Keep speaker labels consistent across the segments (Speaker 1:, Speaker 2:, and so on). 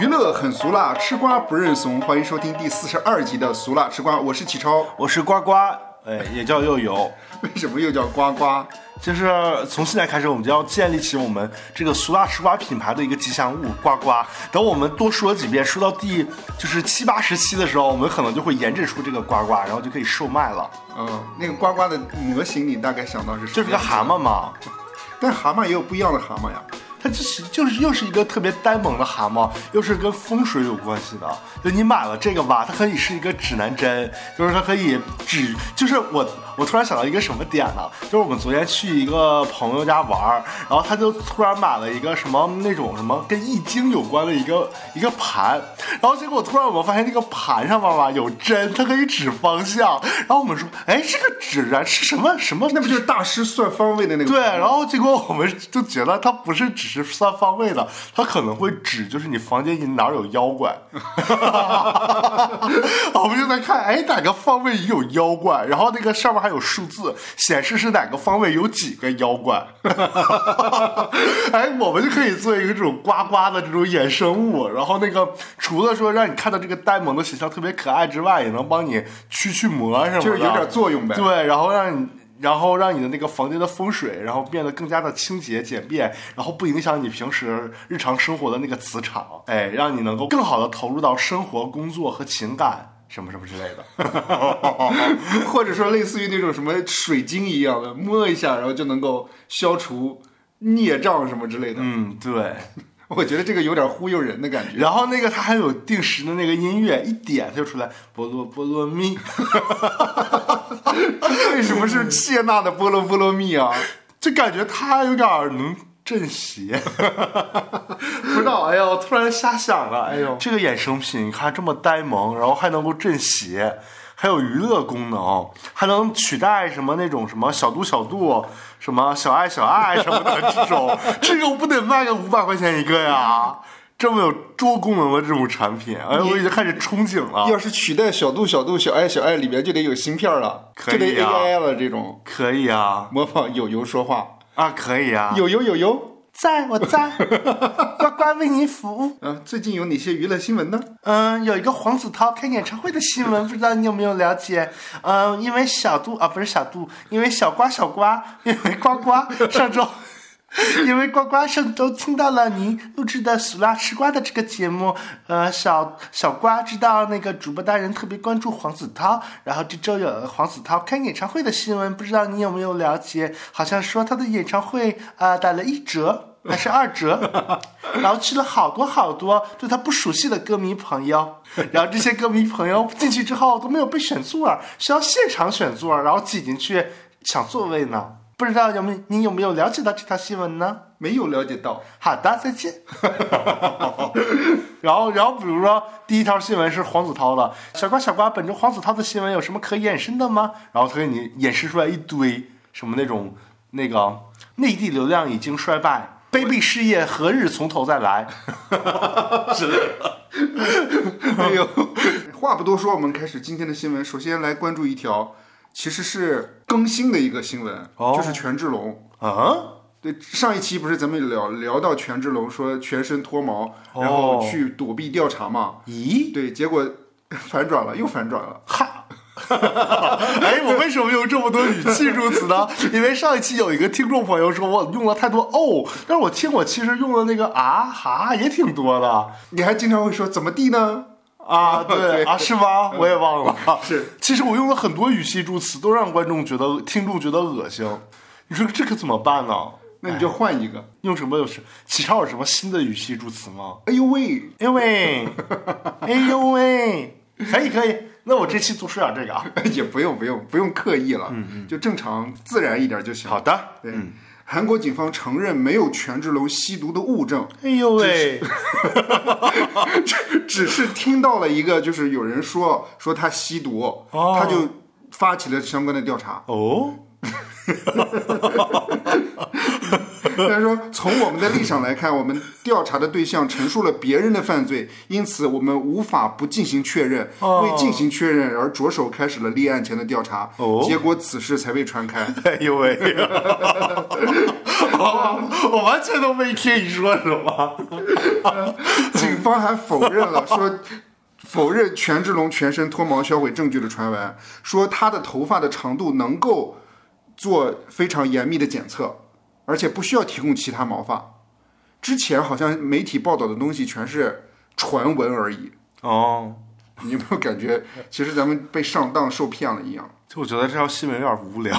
Speaker 1: 娱乐很俗辣，吃瓜不认怂。欢迎收听第四十二集的《俗辣吃瓜》，我是启超。
Speaker 2: 我是呱呱，哎，也叫悠悠。
Speaker 1: 为什么又叫呱呱？
Speaker 2: 就是从现在开始，我们就要建立起我们这个俗辣吃瓜品牌的一个吉祥物呱呱。等我们多说几遍，说到第就是七八十期的时候，我们可能就会研制出这个呱呱，然后就可以售卖了。
Speaker 1: 嗯，那个呱呱的模型你大概想到是什么？
Speaker 2: 就是个蛤，蟆嘛，
Speaker 1: 但蛤蟆也有不一样的蛤蟆呀。
Speaker 2: 它就是就是又是一个特别呆萌的蛤蟆，又是跟风水有关系的。就你买了这个吧，它可以是一个指南针，就是它可以指，就是我我突然想到一个什么点呢？就是我们昨天去一个朋友家玩儿，然后他就突然买了一个什么那种什么跟易经有关的一个一个盘，然后结果突然我们发现那个盘上面吧有针，它可以指方向。然后我们说，哎，这个指啊是什么什么
Speaker 1: 那不就是大师算方位的那个？
Speaker 2: 对，然后结果我们就觉得它不是只是算方位的，它可能会指就是你房间里哪儿有妖怪， 我们就在看，哎，哪个方位有妖怪，然后那个上面还有数字显示是哪个方位有几个妖怪， 哎，我们就可以做一个这种呱呱的这种衍生物，然后那个除了说让你看到这个呆萌的形象特别可爱之外，也能帮你驱驱魔啊什么的，
Speaker 1: 就是有点作用呗。
Speaker 2: 对，然后让你，然后让你的那个房间的风水，然后变得更加的清洁简便，然后不影响你平时日常生活的那个磁场，哎，让你能够更好的投入到生活、工作和情感什么什么之类的。
Speaker 1: 或者说类似于那种什么水晶一样的，摸一下然后就能够消除孽障什么之类的。
Speaker 2: 嗯，对。
Speaker 1: 我觉得这个有点忽悠人的感觉。
Speaker 2: 然后那个它还有定时的那个音乐，一点它就出来菠萝菠萝蜜，
Speaker 1: 为什么是谢娜的菠萝菠萝蜜啊？
Speaker 2: 就感觉它有点儿能镇邪。 不知道，哎呦，突然瞎想了，哎呦，这个衍生品，你看这么呆萌，然后还能够镇邪，还有娱乐功能，还能取代什么那种什么小度小度，什么小爱小爱什么的这种，这个不得卖个五百块钱一个呀？这么有多功能的这种产品，哎，我已经开始憧憬了。
Speaker 1: 要是取代小度、小度、小爱、小爱里边，就得有芯片了，
Speaker 2: 可
Speaker 1: 就得
Speaker 2: 以啊
Speaker 1: AI 了。这种
Speaker 2: 可以啊，
Speaker 1: 模仿友友说话，
Speaker 2: 啊，可以啊，
Speaker 1: 友友友友。
Speaker 2: 在我在， 呱呱为您服务。
Speaker 1: 啊，最近有哪些娱乐新闻呢？
Speaker 2: 嗯，有一个黄子韬开演唱会的新闻，不知道你有没有了解？嗯，因为小杜啊，不是小杜，因为小瓜小瓜，因为呱呱上周。 因为呱呱上周听到了您录制的《俗辣吃瓜》的这个节目，呃，小小瓜知道那个主播大人特别关注黄子韬，然后这周有黄子韬开演唱会的新闻，不知道你有没有了解？好像说他的演唱会啊、呃打了一折，还是二折， 然后去了好多好多对他不熟悉的歌迷朋友，然后这些歌迷朋友进去之后都没有被选座儿，需要现场选座儿，然后挤进去抢座位呢。不知道有没您有没有了解到这条新闻呢？
Speaker 1: 没有了解 到。
Speaker 2: 好的，再见。然后，然后比如说第一条新闻是黄子韬的，小瓜小瓜，本周黄子韬的新闻有什么可衍生的吗？然后他给你衍生出来一堆什么那种那个内地流量已经衰败。baby 事业何日从头再来？
Speaker 1: 哎呦， 话不多说，我们开始今天的新闻。首先来关注一条，其实是更新的一个新闻，
Speaker 2: 哦
Speaker 1: 就是权志龙。
Speaker 2: 啊，
Speaker 1: 对，上一期不是咱们聊聊到权志龙说全身脱毛，然后
Speaker 2: 哦
Speaker 1: 去躲避调查嘛？
Speaker 2: 咦，
Speaker 1: 对，结果反转了，又反转了。
Speaker 2: 哈。哎，我为什么用这么多语气助词呢？因为上一期有一个听众朋友说我用了太多哦，但是我听我其实用的那个啊哈也挺多的。
Speaker 1: 你还经常会说怎么地呢？
Speaker 2: 啊， 对
Speaker 1: 对
Speaker 2: 啊，是吗？我也忘了。
Speaker 1: 是，
Speaker 2: 其实我用了很多语气助词，都让观众觉得、听众觉得恶心。 你说这可怎么办呢？
Speaker 1: 那你就换一个。
Speaker 2: 用什么？有什启超有什么新的语气助词吗？
Speaker 1: 哎呦喂，
Speaker 2: 哎呦 喂，哎呦喂，可以可以。那我这期多说点这个啊。
Speaker 1: 也不用不用不用刻意了，嗯嗯就正常自然一点就行。
Speaker 2: 好的。嗯
Speaker 1: 对，韩国警方承认没有权志龙吸毒的物证，
Speaker 2: 哎呦喂，
Speaker 1: 只是听到了一个就是有人说说他吸毒，
Speaker 2: 哦
Speaker 1: 他就发起了相关的调查。
Speaker 2: 哦，
Speaker 1: 他说，从我们的立场来看，我们调查的对象陈述了别人的犯罪，因此我们无法不进行确认。为进行确认而着手开始了立案前的调查，
Speaker 2: 哦
Speaker 1: 结果此事才被传开。
Speaker 2: 哎呦 喂！我我完全都没听你说什么。
Speaker 1: 警方还否认了说。否认权志龙全身脱毛销毁证据的传闻，说他的头发的长度能够做非常严密的检测，而且不需要提供其他毛发。之前好像媒体报道的东西全是传闻而已，
Speaker 2: 哦，
Speaker 1: 你有没有感觉？其实咱们被上当受骗了一样。
Speaker 2: 就我觉得这条新闻有点无聊。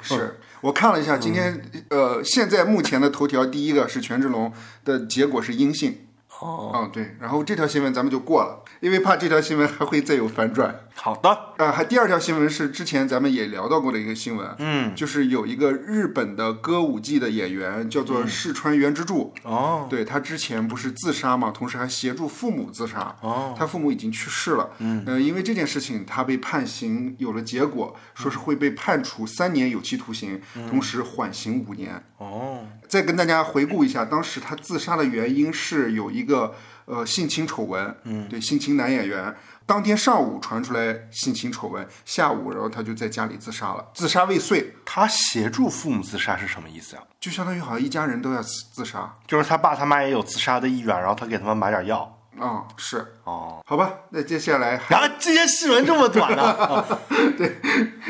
Speaker 1: 是我看了一下，今天、呃，现在目前的头条第一个是权志龙的结果是阴性。
Speaker 2: 哦，
Speaker 1: 嗯，对。然后这条新闻咱们就过了，因为怕这条新闻还会再有反转。
Speaker 2: 好的，
Speaker 1: 啊，还第二条新闻是之前咱们也聊到过的一个新闻，嗯，就是有一个日本的歌舞伎的演员叫做世川原之助，
Speaker 2: 哦，
Speaker 1: 对他之前不是自杀嘛，同时还协助父母自杀。
Speaker 2: 哦，
Speaker 1: 他父母已经去世了。嗯，呃，因为这件事情，他被判刑有了结果，说是会被判处三年有期徒刑，同时缓刑五年。
Speaker 2: 嗯哦，
Speaker 1: 再跟大家回顾一下，当时他自杀的原因是有一个呃性侵丑闻，嗯，对，性侵男演员。当天上午传出来性侵丑闻，下午然后他就在家里自杀了，自杀未遂，
Speaker 2: 他协助父母自杀是什么意思呀、
Speaker 1: 就相当于好像一家人都要自自杀
Speaker 2: 就是他爸他妈也有自杀的意愿，然后他给他们买点药。
Speaker 1: 啊、是，
Speaker 2: 哦，
Speaker 1: 好吧，那接下来
Speaker 2: 然后这些新闻这么短啊呢、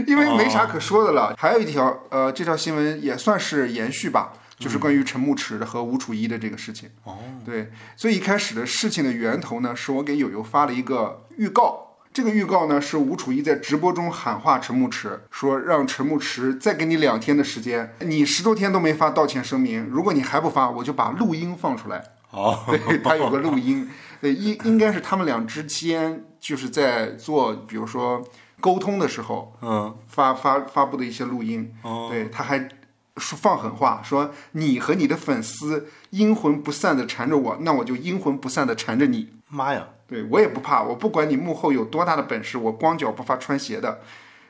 Speaker 1: 因为没啥可说的了。还有一条，呃，这条新闻也算是延续吧，就是关于陈牧驰和吴楚一的这个事情。哦，对，所以一开始的事情的源头呢，是我给友友发了一个预告。这个预告呢，是吴楚一在直播中喊话陈牧驰，说让陈牧驰再给你两天的时间，你十多天都没发道歉声明，如果你还不发，我就把录音放出来。
Speaker 2: 哦，
Speaker 1: 对他有个录音，对应应该是他们俩之间就是在做，比如说沟通的时候，
Speaker 2: 嗯，
Speaker 1: 发发发布的一些录音，对，他还说放狠话，说你和你的粉丝阴魂不散的缠着我，那我就阴魂不散的缠着你。
Speaker 2: 妈呀，
Speaker 1: 对我也不怕，我不管你幕后有多大的本事，我光脚不怕穿鞋的。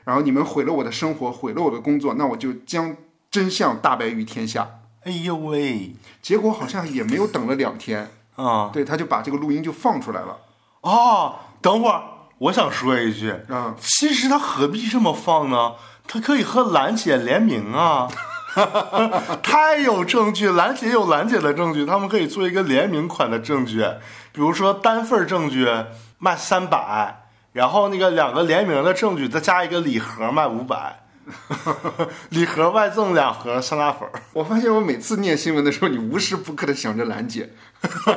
Speaker 1: 然后你们毁了我的生活，毁了我的工作，那我就将真相大白于天下。
Speaker 2: 哎呦喂，
Speaker 1: 结果好像也没有等了两天，
Speaker 2: 啊、
Speaker 1: 对，他就把这个录音就放出来了。
Speaker 2: 哦，等会儿我想说一句，
Speaker 1: 嗯，
Speaker 2: 其实他何必这么放呢？他可以和兰姐联名啊， 他也有证据，兰姐有兰姐的证据，他们可以做一个联名款的证据，比如说单份儿证据卖三百，然后那个两个联名的证据再加一个礼盒卖五百， 礼盒外赠两盒酸辣粉儿，
Speaker 1: 我发现我每次念新闻的时候，你无时不刻的想着兰姐，
Speaker 2: 因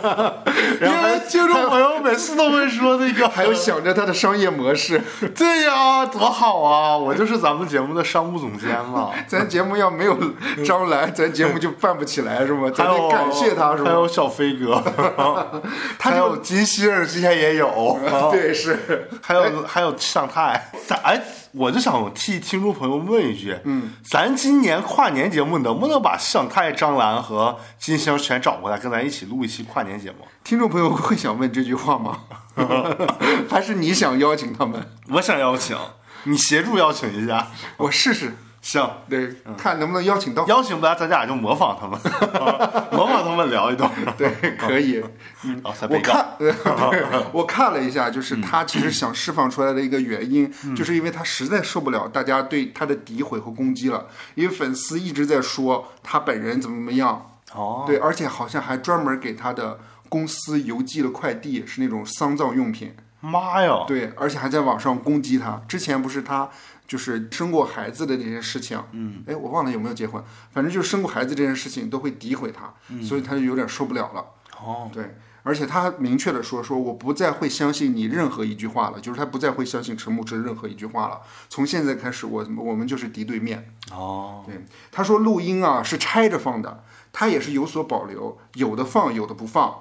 Speaker 1: 然后还
Speaker 2: 为听众朋友每次都会说那个，
Speaker 1: 还有想着她的商业模式。
Speaker 2: 对呀，多好啊！我就是咱们节目的商务总监 嘛。
Speaker 1: 咱节目要没有张兰，咱节目就办不起来，是吗？
Speaker 2: 还
Speaker 1: 咱得
Speaker 2: 有
Speaker 1: 感谢她，是
Speaker 2: 还
Speaker 1: 吗？
Speaker 2: 有小飞哥，
Speaker 1: 他
Speaker 2: 还
Speaker 1: 这
Speaker 2: 有
Speaker 1: 个
Speaker 2: 金希尔之前也有，
Speaker 1: 对，哎是
Speaker 2: 还有还有上泰。咱哎我就想替听众朋友问一句，嗯，咱今年跨年节目能不能把向泰、张兰和金星全找过来，跟咱一起录一期跨年节目？
Speaker 1: 听众朋友会想问这句话吗？ 还是你想邀请他们？
Speaker 2: 我想邀请你协助邀请一下，
Speaker 1: 我试试，
Speaker 2: 行。
Speaker 1: 对，看能不能邀请到。
Speaker 2: 嗯邀请不来，咱俩就模 仿他们，模仿他们聊一段，
Speaker 1: 对， 可以。
Speaker 2: 然后才
Speaker 1: 我
Speaker 2: 被嗯告。
Speaker 1: 看，对我看了一下，就是他其实想释放出来的一个原因，
Speaker 2: 嗯
Speaker 1: 就是因为他实在受不了大家对他的诋毁和攻击了，因为粉丝一直在说他本人怎么怎么样，
Speaker 2: 哦，
Speaker 1: 对，而且好像还专门给他的公司邮寄了快递，是那种丧葬用品，
Speaker 2: 妈呀！
Speaker 1: 对，而且还在网上攻击他。之前不是他就是生过孩子的这些事情，嗯，哎，我忘了有没有结婚，反正就是生过孩子这件事情都会诋毁他，所以他就有点受不了了。
Speaker 2: 哦，
Speaker 1: 对，而且他明确的说，说我不再会相信你任何一句话了，就是他不再会相信陈牧之任何一句话了。从现在开始，我我们就是敌对面。
Speaker 2: 哦，
Speaker 1: 对，嗯他说录音啊是拆着放的，他也是有所保留，有的放，有的不放。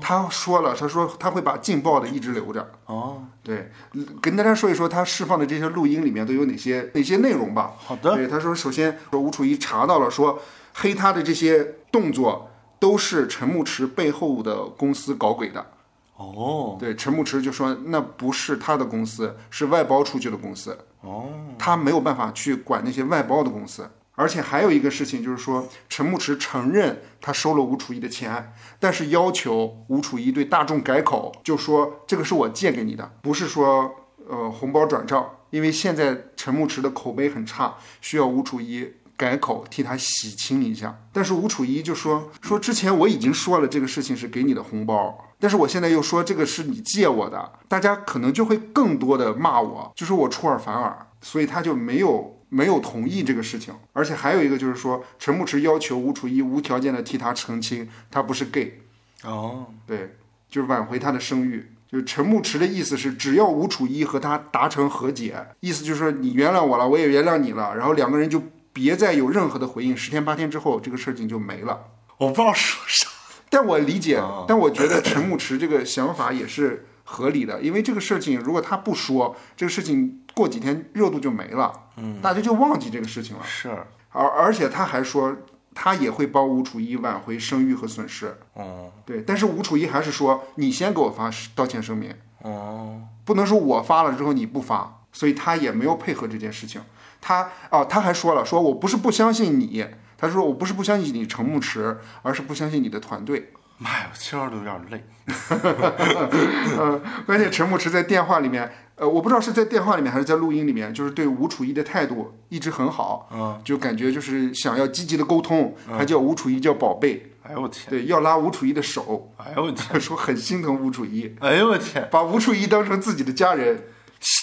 Speaker 1: 他说了，他说他会把劲爆的一直留着。
Speaker 2: 哦，
Speaker 1: 对，嗯跟大家说一说他释放的这些录音里面都有哪些哪些内容吧。
Speaker 2: 好的
Speaker 1: 对，他说首先说吴楚一查到了说黑他的这些动作都是陈牧驰背后的公司搞鬼的。
Speaker 2: 哦，
Speaker 1: 对，陈牧驰就说那不是他的公司，是外包出去的公司，
Speaker 2: 哦，
Speaker 1: 他没有办法去管那些外包的公司。而且还有一个事情就是说，陈牧驰承认他收了吴楚一的钱，但是要求吴楚一对大众改口，就说这个是我借给你的，不是说呃红包转账。因为现在陈牧驰的口碑很差，需要吴楚一改口替他洗清一下。但是吴楚一就说说之前我已经说了这个事情是给你的红包，但是我现在又说这个是你借我的，大家可能就会更多的骂我，就说我出尔反尔，所以他就没有。没有同意这个事情，而且还有一个就是说，陈牧驰要求吴楚一无条件的替他澄清，他不是 gay，
Speaker 2: 哦，
Speaker 1: 对，就是挽回他的声誉。就是陈牧驰的意思是，只要吴楚一和他达成和解，意思就是说你原谅我了，我也原谅你了，然后两个人就别再有任何的回应，十天八天之后这个事情就没了。
Speaker 2: 我不知道说啥。
Speaker 1: 但我理解
Speaker 2: 哦，
Speaker 1: 但我觉得陈牧驰这个想法也是合理的，因为这个事情如果他不说，这个事情过几天热度就没了，嗯，大家就忘记这个事情了。
Speaker 2: 是，
Speaker 1: 而而且他还说，他也会帮吴楚一挽回声誉和损失。
Speaker 2: 哦
Speaker 1: 对，但是吴楚一还是说，你先给我发道歉声明，
Speaker 2: 哦，
Speaker 1: 不能说我发了之后你不发，所以他也没有配合这件事情。他哦，他还说了，说我不是不相信你，他说我不是不相信你程牧驰，而是不相信你的团队。
Speaker 2: 妈哎呀，我听着都有点累。
Speaker 1: 呃，而且陈牧驰在电话里面，呃，我不知道是在电话里面还是在录音里面，就是对吴楚一的态度一直很好，
Speaker 2: 嗯，
Speaker 1: 就感觉就是想要积极的沟通，还叫吴楚一叫宝贝，
Speaker 2: 哎呦我天，
Speaker 1: 对，要拉吴楚一的手，
Speaker 2: 哎呦我天，
Speaker 1: 说很心疼吴楚一，
Speaker 2: 哎呦我天，
Speaker 1: 把吴楚一当成自己的家人。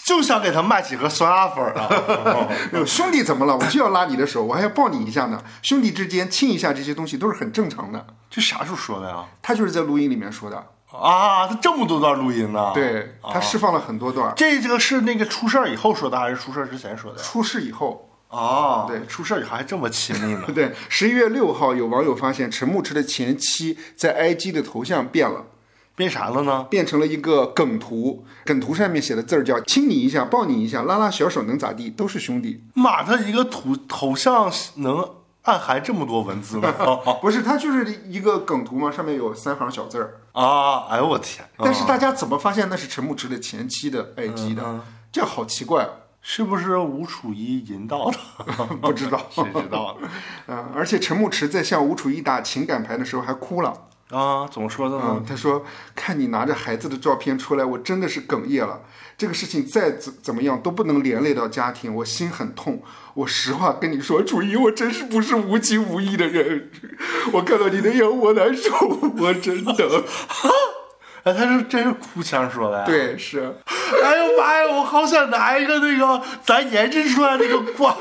Speaker 2: 就想给他卖几盒酸辣粉儿啊！
Speaker 1: 呃兄弟怎么了？我就要拉你的手，我还要抱你一下呢。兄弟之间亲一下这些东西都是很正常的。
Speaker 2: 这啥时候说的呀？
Speaker 1: 他就是在录音里面说的，
Speaker 2: 啊，他这么多段录音呢？，
Speaker 1: 对他释放了很多段儿。
Speaker 2: 这这个是那个出事儿以后说的，还是出事儿之前说的呀？
Speaker 1: 出事以后，
Speaker 2: 哦，
Speaker 1: 对，。
Speaker 2: 出事儿以后还这么亲密呢
Speaker 1: 对，十一月六号，有网友发现陈牧驰的前妻在 IG 的头像变了。
Speaker 2: 变啥了呢？
Speaker 1: 变成了一个梗图，梗图上面写的字儿叫“亲你一下，抱你一下，拉拉小手能咋地，都是兄弟
Speaker 2: 妈，他一个图头像能暗含这么多文字呢？”。
Speaker 1: 不是，它就是一个梗图嘛，上面有三行小字儿。
Speaker 2: 啊，哎呦我天！
Speaker 1: 但是大家怎么发现那是陈牧驰的前妻的 IG 的？这好奇怪啊，
Speaker 2: 是不是吴楚一引导的？
Speaker 1: 不知 道。
Speaker 2: 谁知道
Speaker 1: 嗯，而且陈牧驰在向吴楚一打情感牌的时候还哭了。
Speaker 2: 呢？啊，怎么说的呢？
Speaker 1: 嗯，他说：“看你拿着孩子的照片出来，我真的是哽咽了。这个事情再怎怎么样都不能连累到家庭，我心很痛。我实话跟你说，楚一，我真是不是无情无义的人。 我看到你那样，我难受，我真的。
Speaker 2: 哎，他是真是哭腔说的呀？。
Speaker 1: 对，是。
Speaker 2: 哎呦妈呀！我好想拿一个那个咱研制出来那个刮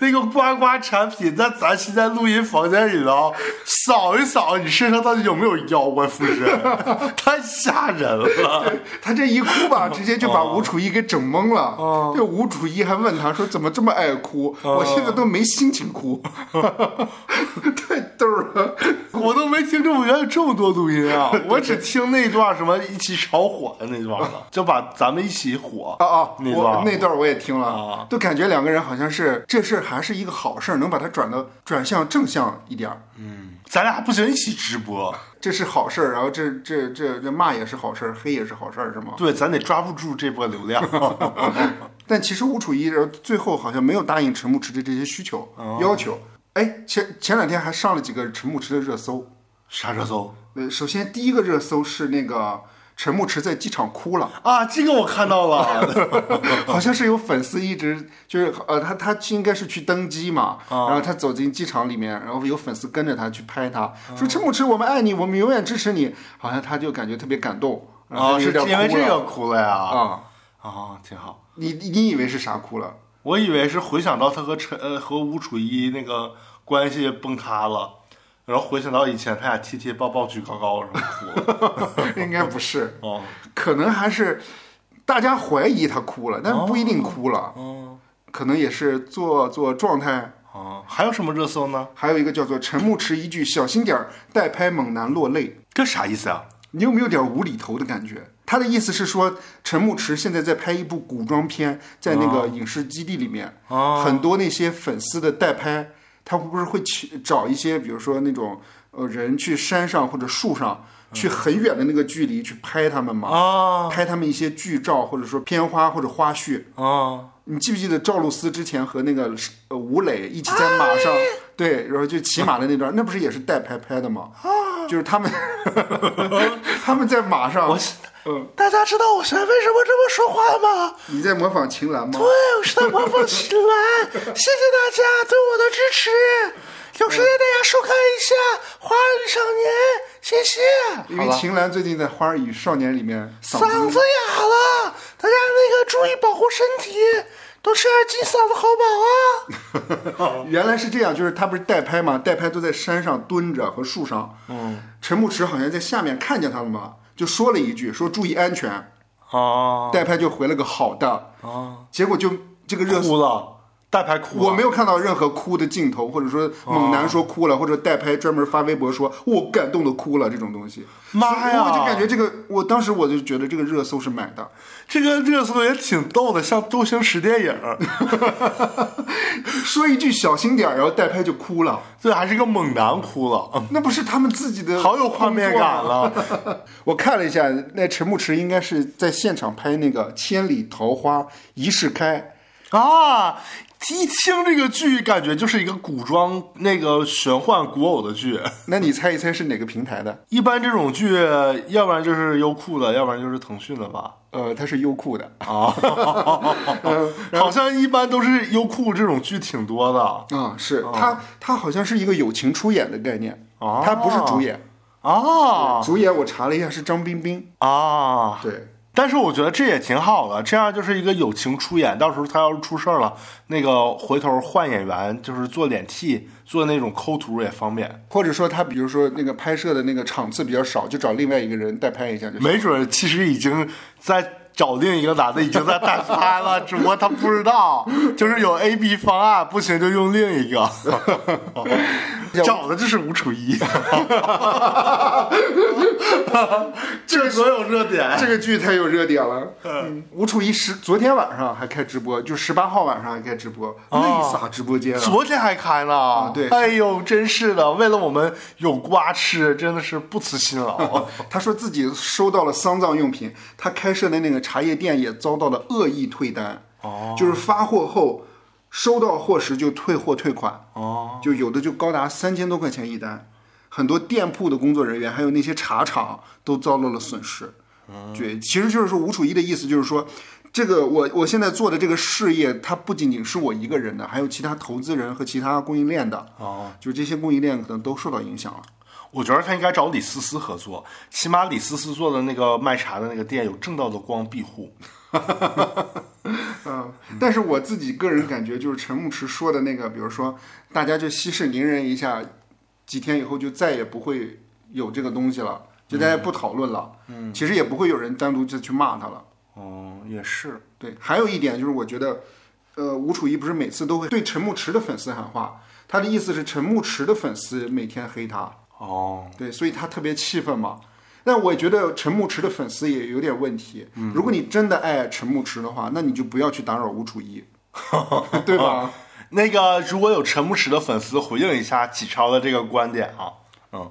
Speaker 2: 那个刮刮产品，在咱现在录音房间里头扫一扫，你身上到底有没有妖啊怪附身？ 太吓人了！
Speaker 1: 他这一哭 吧，直接就把
Speaker 2: 哦
Speaker 1: 吴楚一给整懵了。这吴楚一还问他说：“怎么这么爱哭？
Speaker 2: 哦
Speaker 1: 我现在都没心情哭。” 太逗了。
Speaker 2: 我都没听这么原来有这么多录音啊！我只听那段什么一起炒火的那段了，就把咱们一起火
Speaker 1: 啊啊！
Speaker 2: 那
Speaker 1: 我
Speaker 2: 段
Speaker 1: 那段我也听了，
Speaker 2: 啊
Speaker 1: 都感觉两个人好像是这事儿还是一个好事儿，能把它转到转向正向一点儿，
Speaker 2: 咱俩不行一起直播，
Speaker 1: 这是好事儿。然后这这这这骂也是好事儿，黑也是好事儿，是吗？
Speaker 2: 对，咱得抓不住这波流量。啊
Speaker 1: 但其实吴楚一然后最后好像没有答应陈牧驰的这些需求、
Speaker 2: 哦
Speaker 1: 要求。哎，前前两天还上了几个陈牧驰的热搜。
Speaker 2: 啥热搜
Speaker 1: 呃，首先第一个热搜是那个陈牧驰在机场哭了，
Speaker 2: 啊？这个我看到了，
Speaker 1: 好像是有粉丝一直就是呃，他他应该是去登机嘛，然
Speaker 2: 啊
Speaker 1: 后他走进机场里面，然后有粉丝跟着他去拍
Speaker 2: 啊
Speaker 1: 他，说陈牧驰，我们爱你，我们永远支持你，好像他就感觉特别感动，然后
Speaker 2: 啊，
Speaker 1: 有
Speaker 2: 是
Speaker 1: 点
Speaker 2: 因为
Speaker 1: 哭
Speaker 2: 这
Speaker 1: 了
Speaker 2: 个哭了呀？
Speaker 1: 啊。
Speaker 2: 啊，挺好。
Speaker 1: 你你以为是啥哭了？
Speaker 2: 我以为是回想到他和陈呃和吴楚一那个关系崩塌了，然后回想到以前他俩贴贴抱抱举高高什么哭了。
Speaker 1: 应该不是，
Speaker 2: 哦
Speaker 1: 可能还是大家怀疑他哭了，但不一定哭了，
Speaker 2: 哦
Speaker 1: 可能也是做做状态。
Speaker 2: 哦，还有什么热搜呢？
Speaker 1: 还有一个叫做陈牧驰一句“小心点儿”，代拍猛男落泪。
Speaker 2: 这啥意思啊？
Speaker 1: 你有没有点无厘头的感觉？他的意思是说，陈牧驰现在在拍一部古装片，在那个影视基地里面，
Speaker 2: 哦
Speaker 1: 很多那些粉丝的代拍他不是会去找一些，比如说那种呃人去山上或者树上，去很远的那个距离去拍他们嘛，
Speaker 2: 啊
Speaker 1: 拍他们一些剧照或者说片花或者花絮。
Speaker 2: 啊
Speaker 1: 你记不记得赵露思之前和那个呃吴磊一起在马
Speaker 2: 啊
Speaker 1: 上、对，然后就骑马的那段，那不是也是带拍拍的吗？
Speaker 2: 啊
Speaker 1: 就是他们 他们在马上，嗯，
Speaker 2: 大家知道我现在为什么这么说话吗？
Speaker 1: 你在模仿秦岚吗？
Speaker 2: 对，哎我是在模仿秦岚，谢谢大家对我的支持。有时间大家收看一下《花儿与少年》，谢谢。
Speaker 1: 因为秦岚最近在《花儿与少年》里面嗓
Speaker 2: 嗓子哑了，大家那个注意保护身体，多吃点金嗓子好宝啊。
Speaker 1: 原来是这样，就是他不是代拍嘛，代拍都在山上蹲着和树上。嗯，陈牧驰好像在下面看见他们嘛，就说了一句，说注意安全。
Speaker 2: 哦
Speaker 1: 代拍就回了个好的，
Speaker 2: 哦，
Speaker 1: 结果就这个热搜，
Speaker 2: 哭了，大牌哭
Speaker 1: 我没有看到任何哭的镜头，或者说猛男说哭了，或者代拍专门发微博说我感动的哭了这种东西。
Speaker 2: 妈呀
Speaker 1: 我就感觉这个，我当时我就觉得这个热搜是买的，
Speaker 2: 这个热搜也挺逗的，像周星驰电影儿，
Speaker 1: 说一句小心点儿，然后代拍就哭了，
Speaker 2: 对，还是个猛男哭了，
Speaker 1: 那不是他们自己的，
Speaker 2: 好有画面感。啊了。
Speaker 1: 我看了一下，那陈牧驰应该是在现场拍那个《千里桃花一世开》，
Speaker 2: 啊！一听这个剧，感觉就是一个古装那个玄幻古偶的剧。
Speaker 1: 那你猜一猜是哪个平台的？
Speaker 2: 一般这种剧，要不然就是优酷的，要不然就是腾讯的吧。
Speaker 1: 呃，它是优酷的啊、
Speaker 2: 啊，好像一般都是优酷这种剧挺多的
Speaker 1: 啊是它，它好像是一个友情出演的概念，
Speaker 2: 哦
Speaker 1: 它不是主演，
Speaker 2: 啊
Speaker 1: 主演我查了一下是张彬彬，
Speaker 2: 啊！
Speaker 1: 对，
Speaker 2: 但是我觉得这也挺好的，这样就是一个友情出演，到时候他要是出事儿了，那个回头换演员，就是做脸替，做那种抠图也方便，
Speaker 1: 或者说他比如说那个拍摄的那个场次比较少，就找另外一个人代拍一下就行。
Speaker 2: 没准儿其实已经在。找另一个男的已经在代拍 了，只不过他不知道，就是有 A、B 方案，不行就用另一 个。找的就是吴楚一，这所有热点。
Speaker 1: 这个剧太有热点 了。嗯，吴楚一十昨天晚上还开直播，就十八号晚上还开直播，
Speaker 2: 哦
Speaker 1: 泪洒直播间啊！
Speaker 2: 昨天还开呢、
Speaker 1: 对
Speaker 2: 哎呦，真是的，为了我们有瓜吃，真的是不辞辛 劳。
Speaker 1: 他说自己收到了丧葬用品，他开设的那个茶叶店也遭到了恶意退单，哦，就是发货后收到货时就退货退款，
Speaker 2: 哦，
Speaker 1: 就有的就高达三千多块钱一单，很多店铺的工作人员还有那些茶厂都遭到了损失。对，其实就是说吴楚一的意思就是说，这个我我现在做的这个事业，它不仅仅是我一个人的，还有其他投资人和其他供应链的，哦，就这些供应链可能都受到影响了。
Speaker 2: 我觉得他应该找李思思合作，起码李思思做的那个卖茶的那个店有正道的光庇护。
Speaker 1: 嗯，但是我自己个人感觉，就是陈牧驰说的那个，比如说大家就息事宁人一下，几天以后就再也不会有这个东西了，就大家不讨论了。嗯，其实也不会有人单独就去骂他了。
Speaker 2: 哦，也是。
Speaker 1: 对，还有一点就是，我觉得，呃，吴楚一不是每次都会对陈牧驰的粉丝喊话，他的意思是陈牧驰的粉丝每天黑他。
Speaker 2: 哦，
Speaker 1: 对，所以他特别气愤嘛。但我觉得陈牧驰的粉丝也有点问题。如果你真的爱陈牧驰的话，那你就不要去打扰吴楚 一，对吧？
Speaker 2: 那个如果有陈牧驰的粉丝回应一下启超的这个观点啊，嗯，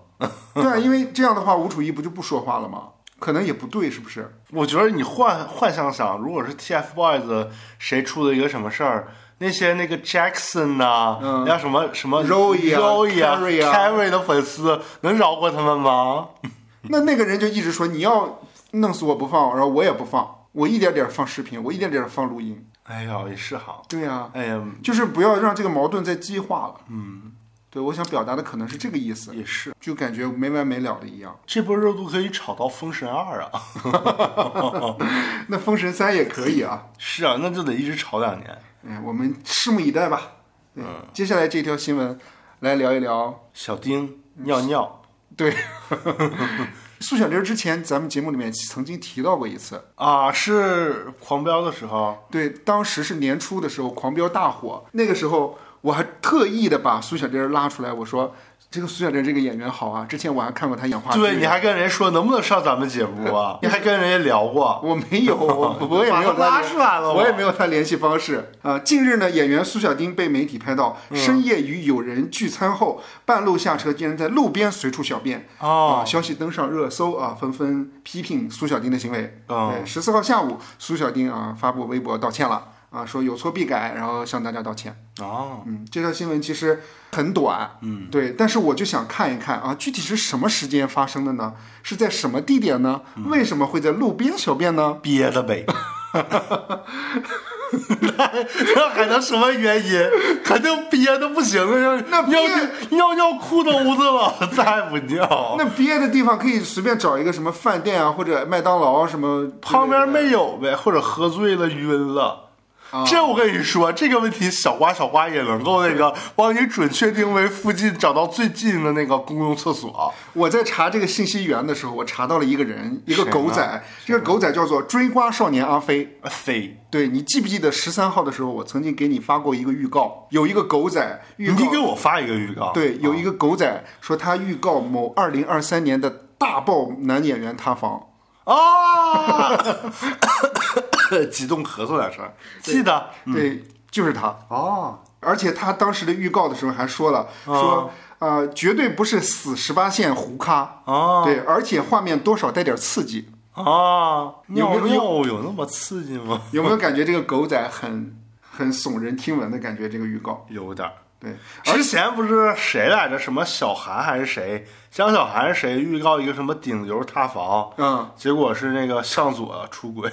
Speaker 1: 对啊，因为这样的话，吴楚一不就不说话了吗？可能也不对，是不是？
Speaker 2: 我觉得你换换想想，如果是 TFBOYS 谁出了一个什么事儿，那些那个 Jackson 呐、要什么什么
Speaker 1: 嗯 Roy 啊
Speaker 2: Roy 啊
Speaker 1: Carrie 啊
Speaker 2: Carrie 的粉丝能饶过他们吗？
Speaker 1: 那那个人就一直说你要弄死我不放，然后我也不放，我一点点放视频，我一点点放录音。
Speaker 2: 哎呀，也是哈，
Speaker 1: 对啊呀、
Speaker 2: 哎呀，
Speaker 1: 就是不要让这个矛盾再激化了。嗯，对，我想表达的可能是这个意思，
Speaker 2: 也是，
Speaker 1: 就感觉没完没了的一样。
Speaker 2: 这波热度可以炒到《封神二》啊。
Speaker 1: 那《封神三》也可以啊。
Speaker 2: 是啊，那就得一直炒两年。
Speaker 1: 哎，我们拭目以待吧。对，
Speaker 2: 嗯
Speaker 1: 接下来这条新闻来聊一聊。
Speaker 2: 小丁尿尿
Speaker 1: 对， 苏小玲之前咱们节目里面曾经提到过一次，
Speaker 2: 啊，是狂飙的时候
Speaker 1: 对，当时是年初的时候，《狂飙》大火，那个时候我还特意的把苏小玲拉出来，我说这个苏小珍这个演员好啊，之前我还看过她演话剧。
Speaker 2: 啊对，你还跟人说能不能上咱们节目 啊？你还跟人家聊过？
Speaker 1: 我没有，我我也没有
Speaker 2: 把他
Speaker 1: 她
Speaker 2: 拉出来了，
Speaker 1: 我也没有他联系方式。呃，近日呢，演员苏小丁被媒体拍到
Speaker 2: 嗯
Speaker 1: 深夜与友人聚餐后，半路下车，竟然在路边随处小便。
Speaker 2: 哦
Speaker 1: 啊，消息登上热搜啊，纷纷批评苏小丁的行为。
Speaker 2: 哦
Speaker 1: 对，十四号下午，苏小丁啊发布微博道歉了啊，说有错必改，然后向大家道歉。
Speaker 2: 哦，
Speaker 1: 嗯，这条新闻其实很短，嗯，对，但是我就想看一看啊，具体是什么时间发生的呢？是在什么地点呢？
Speaker 2: 嗯
Speaker 1: 为什么会在路边小便呢？
Speaker 2: 憋的呗。 那还能什么原因？肯定憋的不行了，
Speaker 1: 那
Speaker 2: 要
Speaker 1: 憋
Speaker 2: 尿尿尿裤兜子了， 再不尿，
Speaker 1: 那憋的地方可以随便找一个什么饭店啊，或者麦当劳啊什么之类的
Speaker 2: 旁边没有呗，或者喝醉了晕
Speaker 1: 啊
Speaker 2: 了。这我跟你说，这个问题小瓜小瓜也能够那个帮你准确定位附近，找到最近的那个公共厕所。
Speaker 1: 我在查这个信息源的时候，我查到了一个人，一个
Speaker 2: 谁呢
Speaker 1: 狗仔，这个狗仔叫做追瓜少年阿飞。
Speaker 2: 啊 C，
Speaker 1: 对你记不记得十三号的时候，我曾经给你发过一个预告，有一个狗仔预
Speaker 2: 你给
Speaker 1: 告，
Speaker 2: 我发一个预告。
Speaker 1: 对，有一个狗仔说他预告某二零二三年的大爆男演员塌房。
Speaker 2: 啊， 激动咳嗽两声，记得
Speaker 1: 对，就是他。
Speaker 2: 哦，
Speaker 1: 而且他当时的预告的时候还说了，
Speaker 2: 啊
Speaker 1: 说呃，绝对不是死十八线胡咖
Speaker 2: 哦
Speaker 1: 对，而且画面多少带点刺激。
Speaker 2: 啊，
Speaker 1: 有
Speaker 2: 尿
Speaker 1: 没有
Speaker 2: 尿有那么刺激吗？
Speaker 1: 有没有感觉这个狗仔很很耸人听闻的感觉？这个预告，
Speaker 2: 有点儿。
Speaker 1: 对，
Speaker 2: 之前不是谁来着？什么小韩还是谁？江小韩还是谁预告一个什么顶流塌房？
Speaker 1: 嗯，
Speaker 2: 结果是那个向佐出 轨，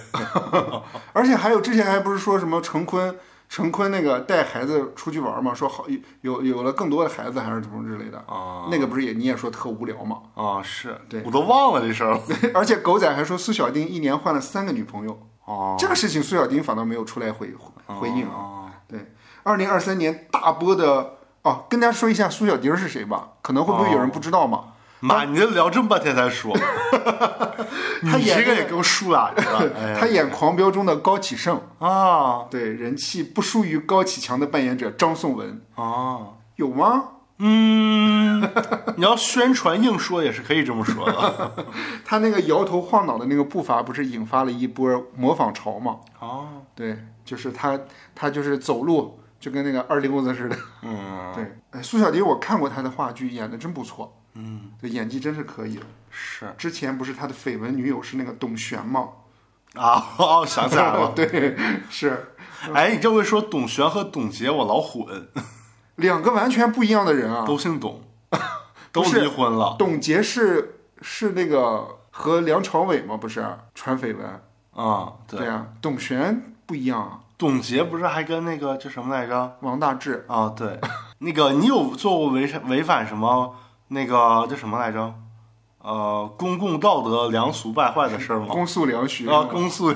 Speaker 1: 而且还有之前还不是说什么陈坤。陈坤那个带孩子出去玩嘛，说好有有了更多的孩子还是什么之类的
Speaker 2: 啊，
Speaker 1: 那个不是也你也说特无聊嘛？
Speaker 2: 啊，是
Speaker 1: 对
Speaker 2: 我都忘了这事儿 了。
Speaker 1: 而且狗仔还说苏小丁一年换了三个女朋友，
Speaker 2: 哦，
Speaker 1: 这个事情苏小丁反倒没有出来回回应啊。
Speaker 2: 啊，
Speaker 1: 对，二零二三年大波的哦，跟大家说一下苏小丁是谁吧，可能会不会有人不知道
Speaker 2: 哦
Speaker 1: 嘛？
Speaker 2: 妈，你这聊这么半天 才说，你
Speaker 1: 演
Speaker 2: 这个
Speaker 1: 那
Speaker 2: 也
Speaker 1: 个
Speaker 2: 给我树懒去了。哎呀
Speaker 1: 他演《狂飙》中的高启盛，
Speaker 2: 啊
Speaker 1: 对，人气不输于高启强的扮演者张颂文，
Speaker 2: 啊，
Speaker 1: 有吗？
Speaker 2: 嗯， 你要宣传硬说也是可以这么说的。
Speaker 1: 他那个摇头晃脑的那个步伐，不是引发了一波模仿潮吗？
Speaker 2: 哦，
Speaker 1: 对，就是他，他就是走路就跟那个二流子似的。
Speaker 2: 嗯，
Speaker 1: 对，哎，苏小丁我看过他的话剧，演的真不错，嗯，对，演技真是可以。
Speaker 2: 是
Speaker 1: 之前不是他的绯闻女友是那个董璇吗？。
Speaker 2: 啊，哦，想起来了
Speaker 1: 对，是。
Speaker 2: 哎，你这回说董璇和董洁，我老混，
Speaker 1: 两个完全不一样的人啊。
Speaker 2: 都姓董，都
Speaker 1: 不是
Speaker 2: 离婚了
Speaker 1: 董洁是是那个和梁朝伟吗？不是传绯闻？
Speaker 2: 啊、对，
Speaker 1: 啊，董璇不一样啊，
Speaker 2: 董洁不是还跟那个叫什么来着？
Speaker 1: 王大治
Speaker 2: 啊，对，那个你有做过违违反什么那个叫什么来着？呃，公共道德良俗败坏的事儿吗？
Speaker 1: 公诉梁许
Speaker 2: 啊，公诉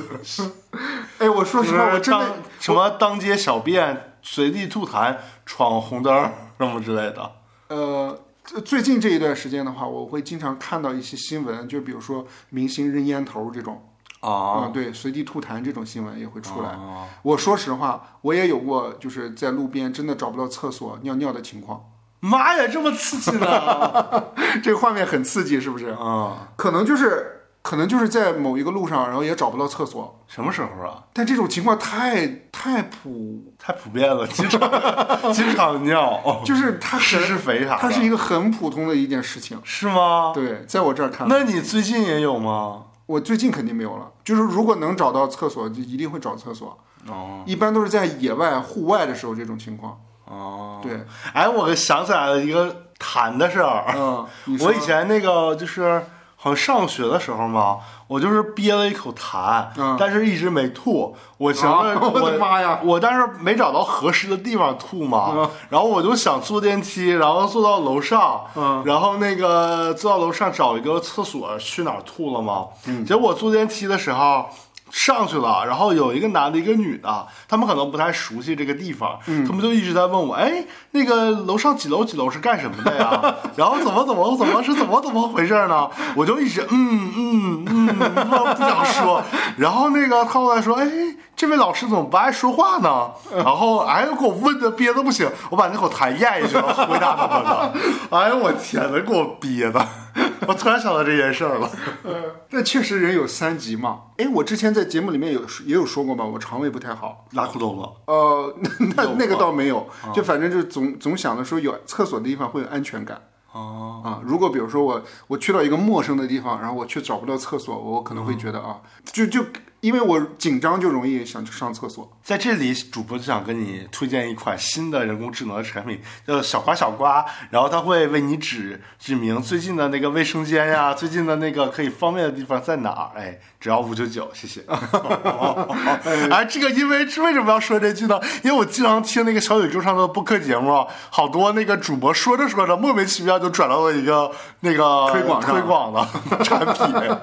Speaker 1: 哎，我说实话，我
Speaker 2: 是
Speaker 1: 真
Speaker 2: 当
Speaker 1: 的
Speaker 2: 什么当街小便、随地吐痰、闯红灯儿什么之类的。
Speaker 1: 呃。最近这一段时间的话，我会经常看到一些新闻，就比如说明星扔烟头这种
Speaker 2: 啊，
Speaker 1: 对，随地吐痰这种新闻也会出来。
Speaker 2: 啊
Speaker 1: 我说实话，我也有过就是在路边真的找不到厕所尿尿的情况，
Speaker 2: 妈呀，这么刺激 呢！
Speaker 1: 这个画面很刺激，是不是？
Speaker 2: 啊，
Speaker 1: 可能就是可能就是在某一个路上，然后也找不到厕所。
Speaker 2: 什么时候啊？
Speaker 1: 但这种情况太太普，
Speaker 2: 太普遍了，经常经常尿， 哦
Speaker 1: 就是它
Speaker 2: 吃
Speaker 1: 很，
Speaker 2: 是肥啥的？
Speaker 1: 它是一个很普通的一件事情。
Speaker 2: 是吗？
Speaker 1: 对，在我这儿看，
Speaker 2: 那你最近也有吗？
Speaker 1: 我最近肯定没有了。就是如果能找到厕所，就一定会找厕所。
Speaker 2: 哦
Speaker 1: 一般都是在野外、户外的时候这种情况。
Speaker 2: 哦，
Speaker 1: 对，
Speaker 2: 哎，我想起来了一个痰的事儿。
Speaker 1: 嗯，你说
Speaker 2: 我以前那个就是好像上学的时候嘛，我就是憋了一口痰，
Speaker 1: 嗯
Speaker 2: 但是一直没吐。我寻思、
Speaker 1: 啊 我的妈呀
Speaker 2: 哎我但是没找到合适的地方吐嘛，然后我就想坐电梯，然后坐到楼上，
Speaker 1: 嗯
Speaker 2: 然后那个坐到楼上找一个厕所去哪儿吐了嘛。结果坐电梯的时候。上去了，然后有一个男的，一个女的，他们可能不太熟悉这个地方，他们就一直在问我，哎，那个楼上几楼几楼是干什么的呀？ 然后怎么怎么怎么是怎么怎么回事呢？我就一直嗯嗯嗯，不不想说。然后那个他后来说，哎，这位老师怎么不爱说话呢？然后哎，给我问的憋的不行，我把那口痰咽下去了，回答他们了。 哎呦我天呐，给我憋的， 我突然想到这件事儿了。
Speaker 1: 但确实人有三级嘛。哎，我之前在节目里面有也有说过嘛，我肠胃不太好。
Speaker 2: 拉裤兜子，
Speaker 1: 呃， 那
Speaker 2: 有啊
Speaker 1: 那个
Speaker 2: 吗
Speaker 1: 倒没有，就反正就总总想着说有厕所的地方会有安全感。
Speaker 2: 哦
Speaker 1: 啊，如果比如说我我去到一个陌生的地方，然后我却找不到厕所，我可能
Speaker 2: 嗯
Speaker 1: 会觉得啊，就就因为我紧张就容易想去上厕所。
Speaker 2: 在这里，主播就想跟你推荐一款新的人工智能的产品，叫小瓜小瓜，然后它会为你指指明最近的那个卫生间呀、最近的那个可以方便的地方在哪儿。哎，只要五九九，谢谢。哎，这个因为是为什么要说这句呢？因为我经常听那个小宇宙上的播客节目，好多那个主播说着说着，莫名其妙就转到了一个那个
Speaker 1: 推广上
Speaker 2: 推广的产品。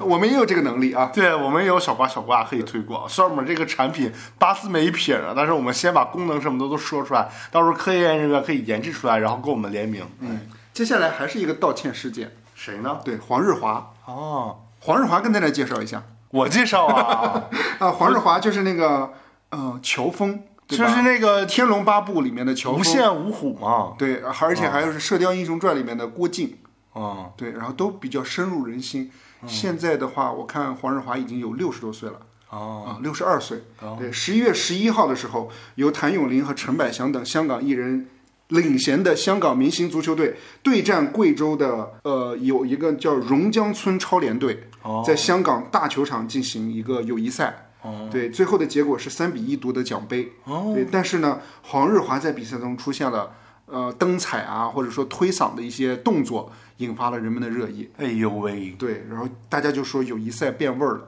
Speaker 1: 我们也有这个能力啊，
Speaker 2: 对我们也有小瓜小瓜可以推广，虽然我们这个产品八字没一撇儿啊，但是我们先把功能什么的都说出来，到时候科研人员可以研制出来，然后跟我们联名。嗯，
Speaker 1: 接下来还是一个道歉事件，
Speaker 2: 谁呢？
Speaker 1: 对黄日华，
Speaker 2: 哦，
Speaker 1: 黄日华跟大家介绍一下
Speaker 2: 我介绍 啊，
Speaker 1: 啊，黄日华就是那个呃乔峰，对
Speaker 2: 就
Speaker 1: 吧
Speaker 2: 是那
Speaker 1: 《
Speaker 2: 个
Speaker 1: 天龙八部》里面的乔
Speaker 2: 无
Speaker 1: 峰，
Speaker 2: 限哦五虎嘛。
Speaker 1: 对，而且还有是《射雕英雄传》里面的郭靖，
Speaker 2: 嗯，
Speaker 1: 对，然后都比较深入人心。现在的话，我看黄日华已经有六十多岁了。
Speaker 2: 哦，
Speaker 1: 啊，六十二岁。对，十一月十一号的时候，由谭咏麟和陈百祥等香港艺人领衔的香港明星足球队对战贵州的呃有一个叫榕江村超联队，在香港大球场进行一个友谊赛。对，最后的结果是三比一夺得奖杯。对，但是呢，黄日华在比赛中出现了呃蹬踩啊，或者说推搡的一些动作，引发了人们的热议。
Speaker 2: 哎呦喂，
Speaker 1: 对，然后大家就说友谊赛变味儿了。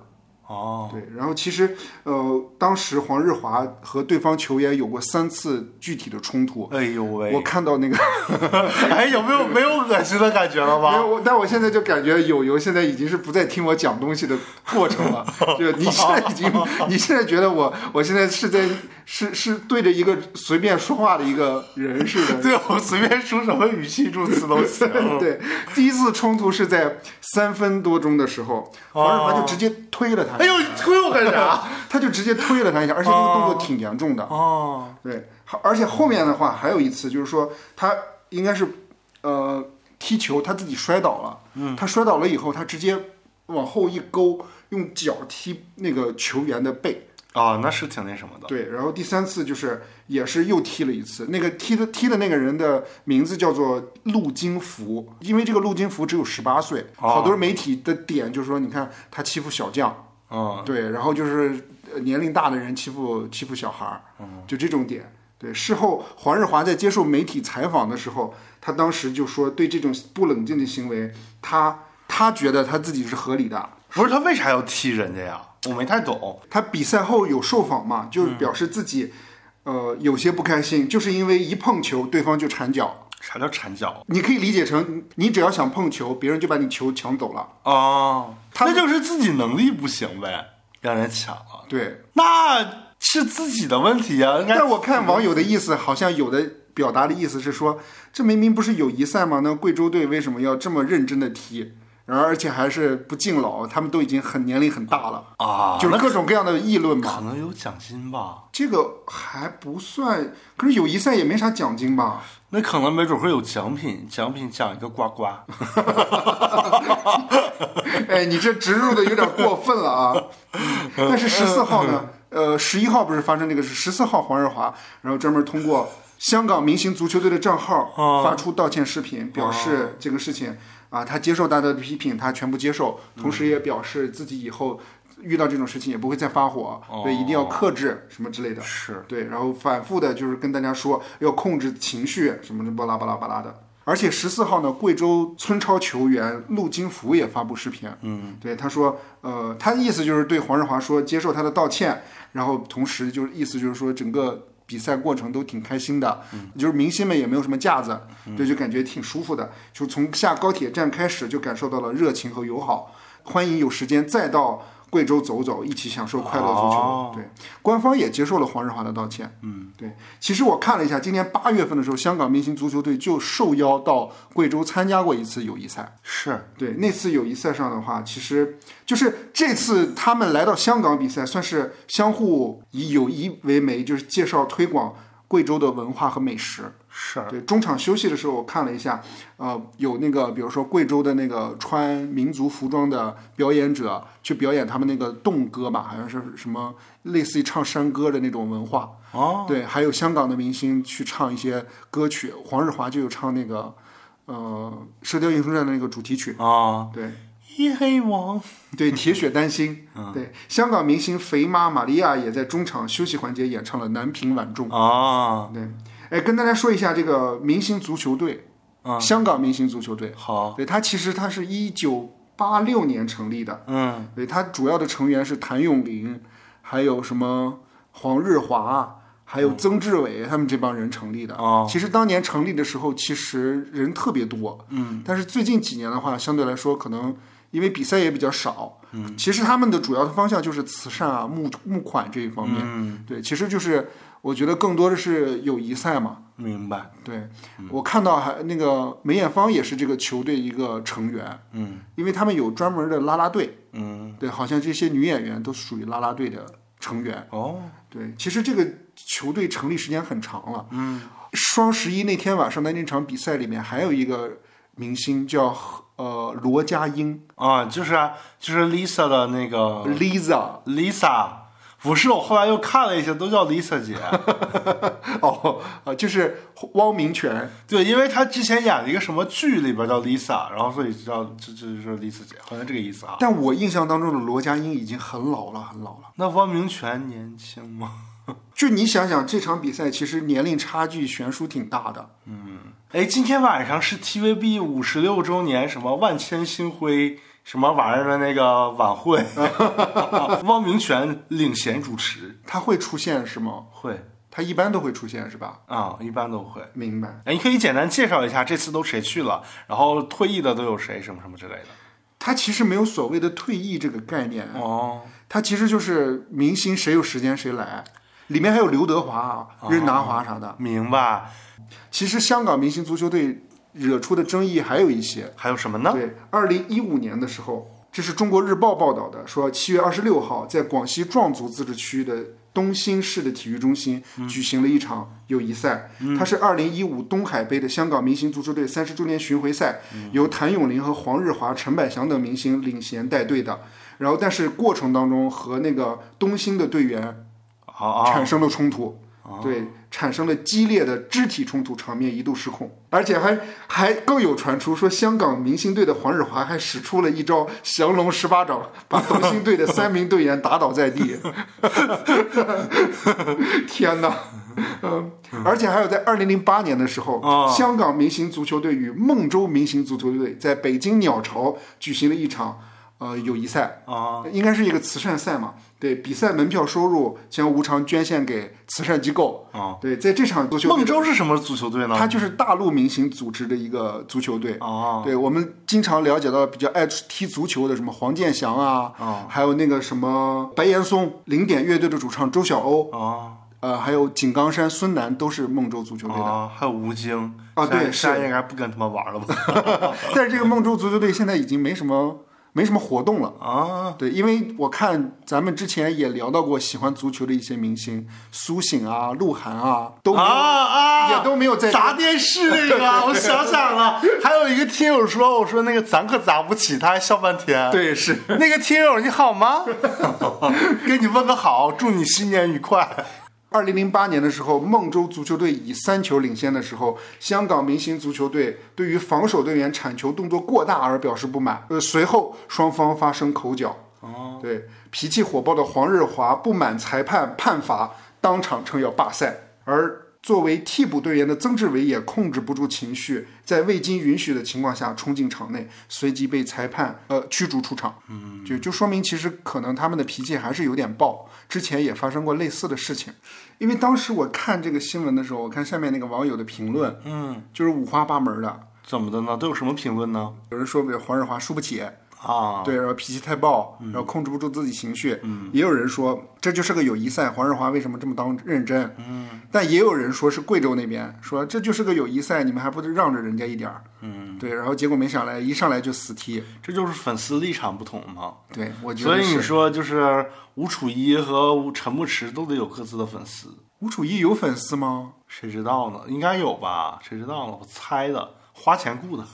Speaker 2: 哦，
Speaker 1: 对，然后其实呃，当时黄日华和对方球员有过三次具体的冲突。
Speaker 2: 哎呦喂，
Speaker 1: 我看到那个，
Speaker 2: 哎，有没有没有恶心的感觉 了
Speaker 1: 因为
Speaker 2: 吧？
Speaker 1: 我但我现在就感觉友友现在已经是不再听我讲东西的过程了，就你现在已 经，你现在觉得我我现在是在是是对着一个随便说话的一个人似的，
Speaker 2: 对，哦我随便说什么语气助词都行。
Speaker 1: 对，第一次冲突是在三分多钟的时候，黄日华就直接推了他，
Speaker 2: 哦哎呦，你推我干啥？
Speaker 1: 他就直接推了他一下，而且这个动作挺严重的，
Speaker 2: 哦，
Speaker 1: 对，好而且后面的话还有一次，就是说他应该是呃踢球，他自己摔倒了，嗯，他摔倒了以后，他直接往后一勾，用脚踢那个球员的背，
Speaker 2: 哦，那是挺那什么的。
Speaker 1: 对，然后第三次就是也是又踢了一次，那个踢的踢的那个人的名字叫做陆金福，因为这个陆金福只有十八岁，好多媒体的点就是说，你看他欺负小将，
Speaker 2: 嗯，
Speaker 1: 对，然后就是呃年龄大的人欺负欺负小孩儿，就这种点。对，事后黄日华在接受媒体采访的时候，他当时就说，对这种不冷静的行为，他他觉得他自己是合理的。
Speaker 2: 不是他为啥要踢人家呀？我没太懂。
Speaker 1: 他比赛后有受访嘛，就是表示自己，呃，有些不开心，就是因为一碰球对方就缠脚。
Speaker 2: 啥叫缠脚
Speaker 1: 你可以理解成，你你只要想碰球，别人就把你球抢走了。
Speaker 2: 哦，那就是自己能力不行呗，让人抢了，
Speaker 1: 对，
Speaker 2: 那是自己的问题呀、应该
Speaker 1: 但我看网友的意思，好像有的表达的意思是说，这明明不是友谊赛吗？那贵州队为什么要这么认真的踢？然后而且还是不敬老，他们都已经很年龄很大了，
Speaker 2: 啊，
Speaker 1: 就是
Speaker 2: 那
Speaker 1: 各种各样的议论
Speaker 2: 可
Speaker 1: 嘛。
Speaker 2: 能有奖金吧，
Speaker 1: 这个还不算，可是友谊赛也没啥奖金吧？
Speaker 2: 那可能没准会有奖品，奖品奖一个呱呱。
Speaker 1: 哎，你这植入的有点过分了啊！嗯但是十四号呢？呃，十一号不是发生这个事？十四号黄日华，然后专门通过香港明星足球队的账号发出道歉视频，表示这个事情啊，他接受大家的批评，他全部接受，同时也表示自己以后遇到这种事情也不会再发火，对，一定要克制什么之类的。
Speaker 2: 是，
Speaker 1: 对，然后反复的就是跟大家说要控制情绪什么的，巴拉巴拉巴拉的。而且十四号呢，贵州村超球员陆金福也发布视频，嗯，对，他说，呃，他的意思就是对黄日华说接受他的道歉，然后同时就是意思就是说整个比赛过程都挺开心的，就是明星们也没有什么架子，对，就感觉挺舒服的，就从下高铁站开始就感受到了热情和友好。欢迎有时间再到贵州走走，一起享受快乐足球。
Speaker 2: 哦
Speaker 1: 对，官方也接受了黄日华的道歉。嗯，对。其实我看了一下，今年八月份的时候，香港明星足球队就受邀到贵州参加过一次友谊赛。
Speaker 2: 是
Speaker 1: 对，那次友谊赛上的话，其实就是这次他们来到香港比赛，算是相互以友谊为媒，就是介绍推广贵州的文化和美食。
Speaker 2: 是，
Speaker 1: 对，中场休息的时候我看了一下，呃，有那个比如说贵州的那个穿民族服装的表演者去表演他们那个侗歌吧，好像是什么类似于唱山歌的那种文化。
Speaker 2: 哦，
Speaker 1: 对，还有香港的明星去唱一些歌曲，黄日华就有唱那个呃《射雕英雄传》的那个主题曲。
Speaker 2: 哦，
Speaker 1: 对
Speaker 2: 一黑王，
Speaker 1: 对，铁血丹心。对，香港明星肥妈玛利亚也在中场休息环节演唱了《南屏晚钟》。
Speaker 2: 哦，
Speaker 1: 对，哎，跟大家说一下这个明星足球队，香港明星足球队，
Speaker 2: 好，
Speaker 1: 对它其实它是一九八六年成立的，
Speaker 2: 嗯，
Speaker 1: 对它主要的成员是谭咏麟，还有什么黄日华，还有曾志伟他们这帮人成立的。
Speaker 2: 哦，
Speaker 1: 其实当年成立的时候，其实人特别多，嗯，但是最近几年的话，相对来说可能。因为比赛也比较少，嗯，其实他们的主要的方向就是慈善啊、募募款这一方面，嗯，对，其实就是我觉得更多的是友谊赛嘛，
Speaker 2: 明白，
Speaker 1: 对，我看到还那个梅艳芳也是这个球队一个成员，嗯，因为他们有专门的啦啦队，嗯，对，好像这些女演员都属于啦啦队的成员。
Speaker 2: 哦，
Speaker 1: 对，其实这个球队成立时间很长了，嗯，双十一那天晚上的那场比赛里面，还有一个明星叫呃罗家英
Speaker 2: 啊，就是啊，就是 Lisa 的那个
Speaker 1: Lisa，
Speaker 2: Lisa，不是，我后来又看了一下，都叫 Lisa 姐，
Speaker 1: 哦，呃，就是汪明荃，
Speaker 2: 对，因为她之前演了一个什么剧里边叫 Lisa，然后所以就叫这这就是 Lisa 姐，好像这个意思啊。
Speaker 1: 但我印象当中的罗家英已经很老了，很老了。
Speaker 2: 那汪明荃年轻吗？
Speaker 1: 就你想想，这场比赛其实年龄差距悬殊挺大的。
Speaker 2: 哎，今天晚上是 TVB 五十六周年什么万千星辉什么玩意儿的那个晚会， 汪明荃领衔主持，
Speaker 1: 它会出现是吗？
Speaker 2: 会
Speaker 1: 它一般都会出现是吧？
Speaker 2: 啊、一般都会。
Speaker 1: 明白。
Speaker 2: 哎，你可以简单介绍一下这次都谁去了，然后退役的都有谁，什么什么之类的。
Speaker 1: 它其实没有所谓的退役这个概念，
Speaker 2: 哦，
Speaker 1: 它其实就是明星谁有时间谁来。里面还有刘德华啊、任达华啥的。
Speaker 2: 明白。
Speaker 1: 其实香港明星足球队惹出的争议还有一些。
Speaker 2: 还有什么呢？
Speaker 1: 对，二零一五年的时候，这是中国日报报道的，说七月二十六号，在广西壮族自治区的东兴市的体育中心
Speaker 2: 嗯
Speaker 1: 举行了一场友谊赛，它是二零一五东海杯的香港明星足球队三十周年巡回赛，
Speaker 2: 嗯
Speaker 1: 由谭咏麟和黄日华、陈百祥等明星领衔带队的。然后，但是过程当中和那个东兴的队员
Speaker 2: 好啊，
Speaker 1: 产生了冲突，对，产生了激烈的肢体冲突，场面一度失控，而且还还更有传出说，香港明星队的黄日华还使出了一招降龙十八掌，把同星队的三名队员打倒在 地。 天哪！嗯，而且还有在二零零八年的时候，
Speaker 2: 哦
Speaker 1: 香港明星足球队与孟州明星足球队在北京鸟巢举行了一场呃友谊赛。
Speaker 2: 啊，
Speaker 1: 应该是一个慈善赛嘛。对，比赛门票收入将无偿捐献给慈善机构。
Speaker 2: 哦
Speaker 1: 对，在这场足球队，
Speaker 2: 孟州是什么足球队呢？
Speaker 1: 它就是大陆明星组织的一个足球队。
Speaker 2: 哦，
Speaker 1: 对，我们经常了解到比较爱踢足球的，什么黄健翔啊，
Speaker 2: 哦
Speaker 1: 还有那个什么白岩松零点乐队的主唱周晓鸥，
Speaker 2: 啊
Speaker 1: 呃，还有井冈山孙楠都是孟州足球队的。
Speaker 2: 啊，还有吴京
Speaker 1: 啊对是
Speaker 2: 现在应该不跟他们玩了吧？
Speaker 1: 但是这个孟州足球队现在已经没什么没什么活动了。
Speaker 2: 啊，
Speaker 1: 对，因为我看咱们之前也聊到过喜欢足球的一些明星，苏醒啊、鹿晗啊，都没
Speaker 2: 啊
Speaker 1: 有、
Speaker 2: 啊，
Speaker 1: 也都没有在
Speaker 2: 砸电视那 个，啊我想想了，还有一个听友说，我说那个咱可砸不起，他还笑半天。，
Speaker 1: 对是。
Speaker 2: 那个听友你 好吗？跟你问个好，祝你新年愉快。
Speaker 1: 二零零八年的时候，孟州足球队以三球领先的时候，香港明星足球队对于防守队员铲球动作过大而表示不满，呃，随后双方发生口角。哦，对，脾气火爆的黄日华不满裁判判罚，当场称要罢赛，而。作为替补队员的曾志伟也控制不住情绪，在未经允许的情况下冲进场内，随即被裁判呃驱逐出场。嗯，就就说明其实可能他们的脾气还是有点爆，之前也发生过类似的事情。因为当时我看这个新闻的时候，我看下面那个网友的评论，嗯，就是五花八门的。
Speaker 2: 怎么的呢？都有什么评论呢？
Speaker 1: 有人说，比如黄日华输不起，
Speaker 2: 啊，嗯
Speaker 1: 对，然后脾气太暴，然后控制不住自己情绪。也有人说这就是个友谊赛，黄日华为什么这么当认真？嗯，但也有人说是贵州那边说这就是个友谊赛，你们还不得让着人家一点儿？嗯，对，然后结果没想来一上来就死踢。
Speaker 2: 这就是粉丝立场不同嘛。
Speaker 1: 对，我觉
Speaker 2: 所
Speaker 1: 得
Speaker 2: 以你
Speaker 1: 是。
Speaker 2: 说就是吴楚一和吴陈牧驰都得有各自的粉丝，
Speaker 1: 吴楚一有粉丝吗？
Speaker 2: 谁知道呢？应该有吧？谁知道呢？我猜的，花钱雇的，
Speaker 1: 啊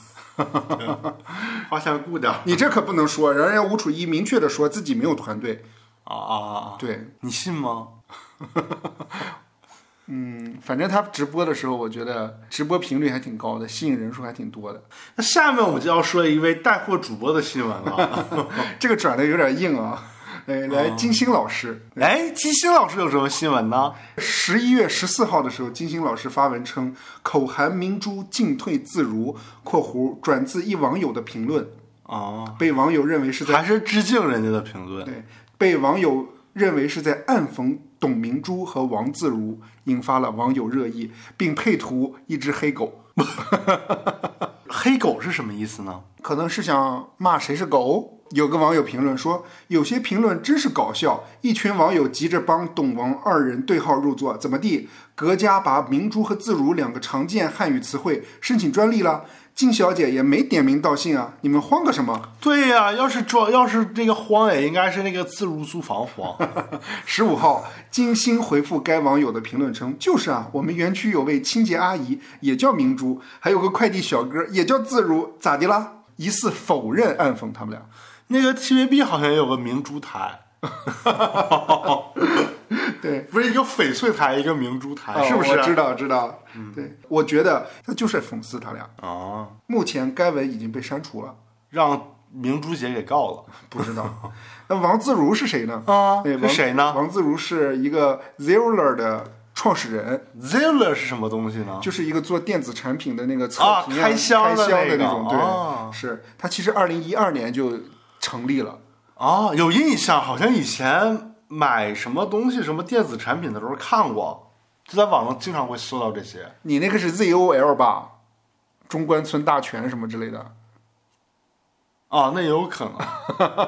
Speaker 2: 花钱雇的。
Speaker 1: 你这可不能说，人家吴楚一明确的说自己没有团队，
Speaker 2: 啊啊啊！
Speaker 1: 对，
Speaker 2: 你信吗？
Speaker 1: 嗯，反正他直播的时候，我觉得直播频率还挺高的，吸引人数还挺 多的。
Speaker 2: 那下面我们就要说一位带货主播的新闻了。
Speaker 1: 这个转的有点硬啊。哎，
Speaker 2: 哦
Speaker 1: 来，金星老师，
Speaker 2: 哎，金星老师有什么新闻呢？
Speaker 1: 十一月十四号的时候，金星老师发文称，口含明珠，进退自如（括弧转自一网友的评论
Speaker 2: 啊，），
Speaker 1: 被网友认为是在
Speaker 2: 还是致敬人家的评论。
Speaker 1: 对，被网友认为是在暗讽董明珠和王自如，引发了网友热议，并配图一只黑狗，
Speaker 2: 黑狗是什么意思呢？
Speaker 1: 可能是想骂谁是狗。有个网友评论说，有些评论真是搞笑，一群网友急着帮董王二人对号入座，怎么地？格家把明珠和自如两个常见汉语词汇申请专利了，金小姐也没点名道姓啊，你们慌个什么？
Speaker 2: 对呀、要是装，要是那个荒也应该是那个自如租房荒。
Speaker 1: 十五号，金星回复该网友的评论称：“就是啊，我们园区有位清洁阿姨也叫明珠，还有个快递小哥也叫自如，咋的啦？”疑似否认暗讽他们俩。
Speaker 2: 那个 TVB 好像有个明珠台，
Speaker 1: 对，
Speaker 2: 不是一个翡翠台，一个明珠台，
Speaker 1: 哦
Speaker 2: 啊是不嗯是？
Speaker 1: 我知道，知道。对，我觉得他就是讽刺他俩。
Speaker 2: 啊，
Speaker 1: 目前该文已经被删除了，
Speaker 2: 让明珠姐给告了
Speaker 1: 不知 道。那王自如是谁呢？
Speaker 2: 啊
Speaker 1: 对，
Speaker 2: 是
Speaker 1: 王
Speaker 2: 谁呢
Speaker 1: 王自如是一个 Ziller 的创始人，
Speaker 2: ？Ziller 是什么东西呢？
Speaker 1: 就是一个做电子产品的那个测评、
Speaker 2: 啊开箱的
Speaker 1: 开箱
Speaker 2: 那个
Speaker 1: 那种，对，
Speaker 2: 哦
Speaker 1: 是它其实二零一二年就成立了，
Speaker 2: 啊，有印象，好像以前买什么东西、什么电子产品的时候看过，就在网上经常会搜到这些。
Speaker 1: 你那个是 ZOL 吧？中关村大全什么之类的，
Speaker 2: 啊，那也 有可能，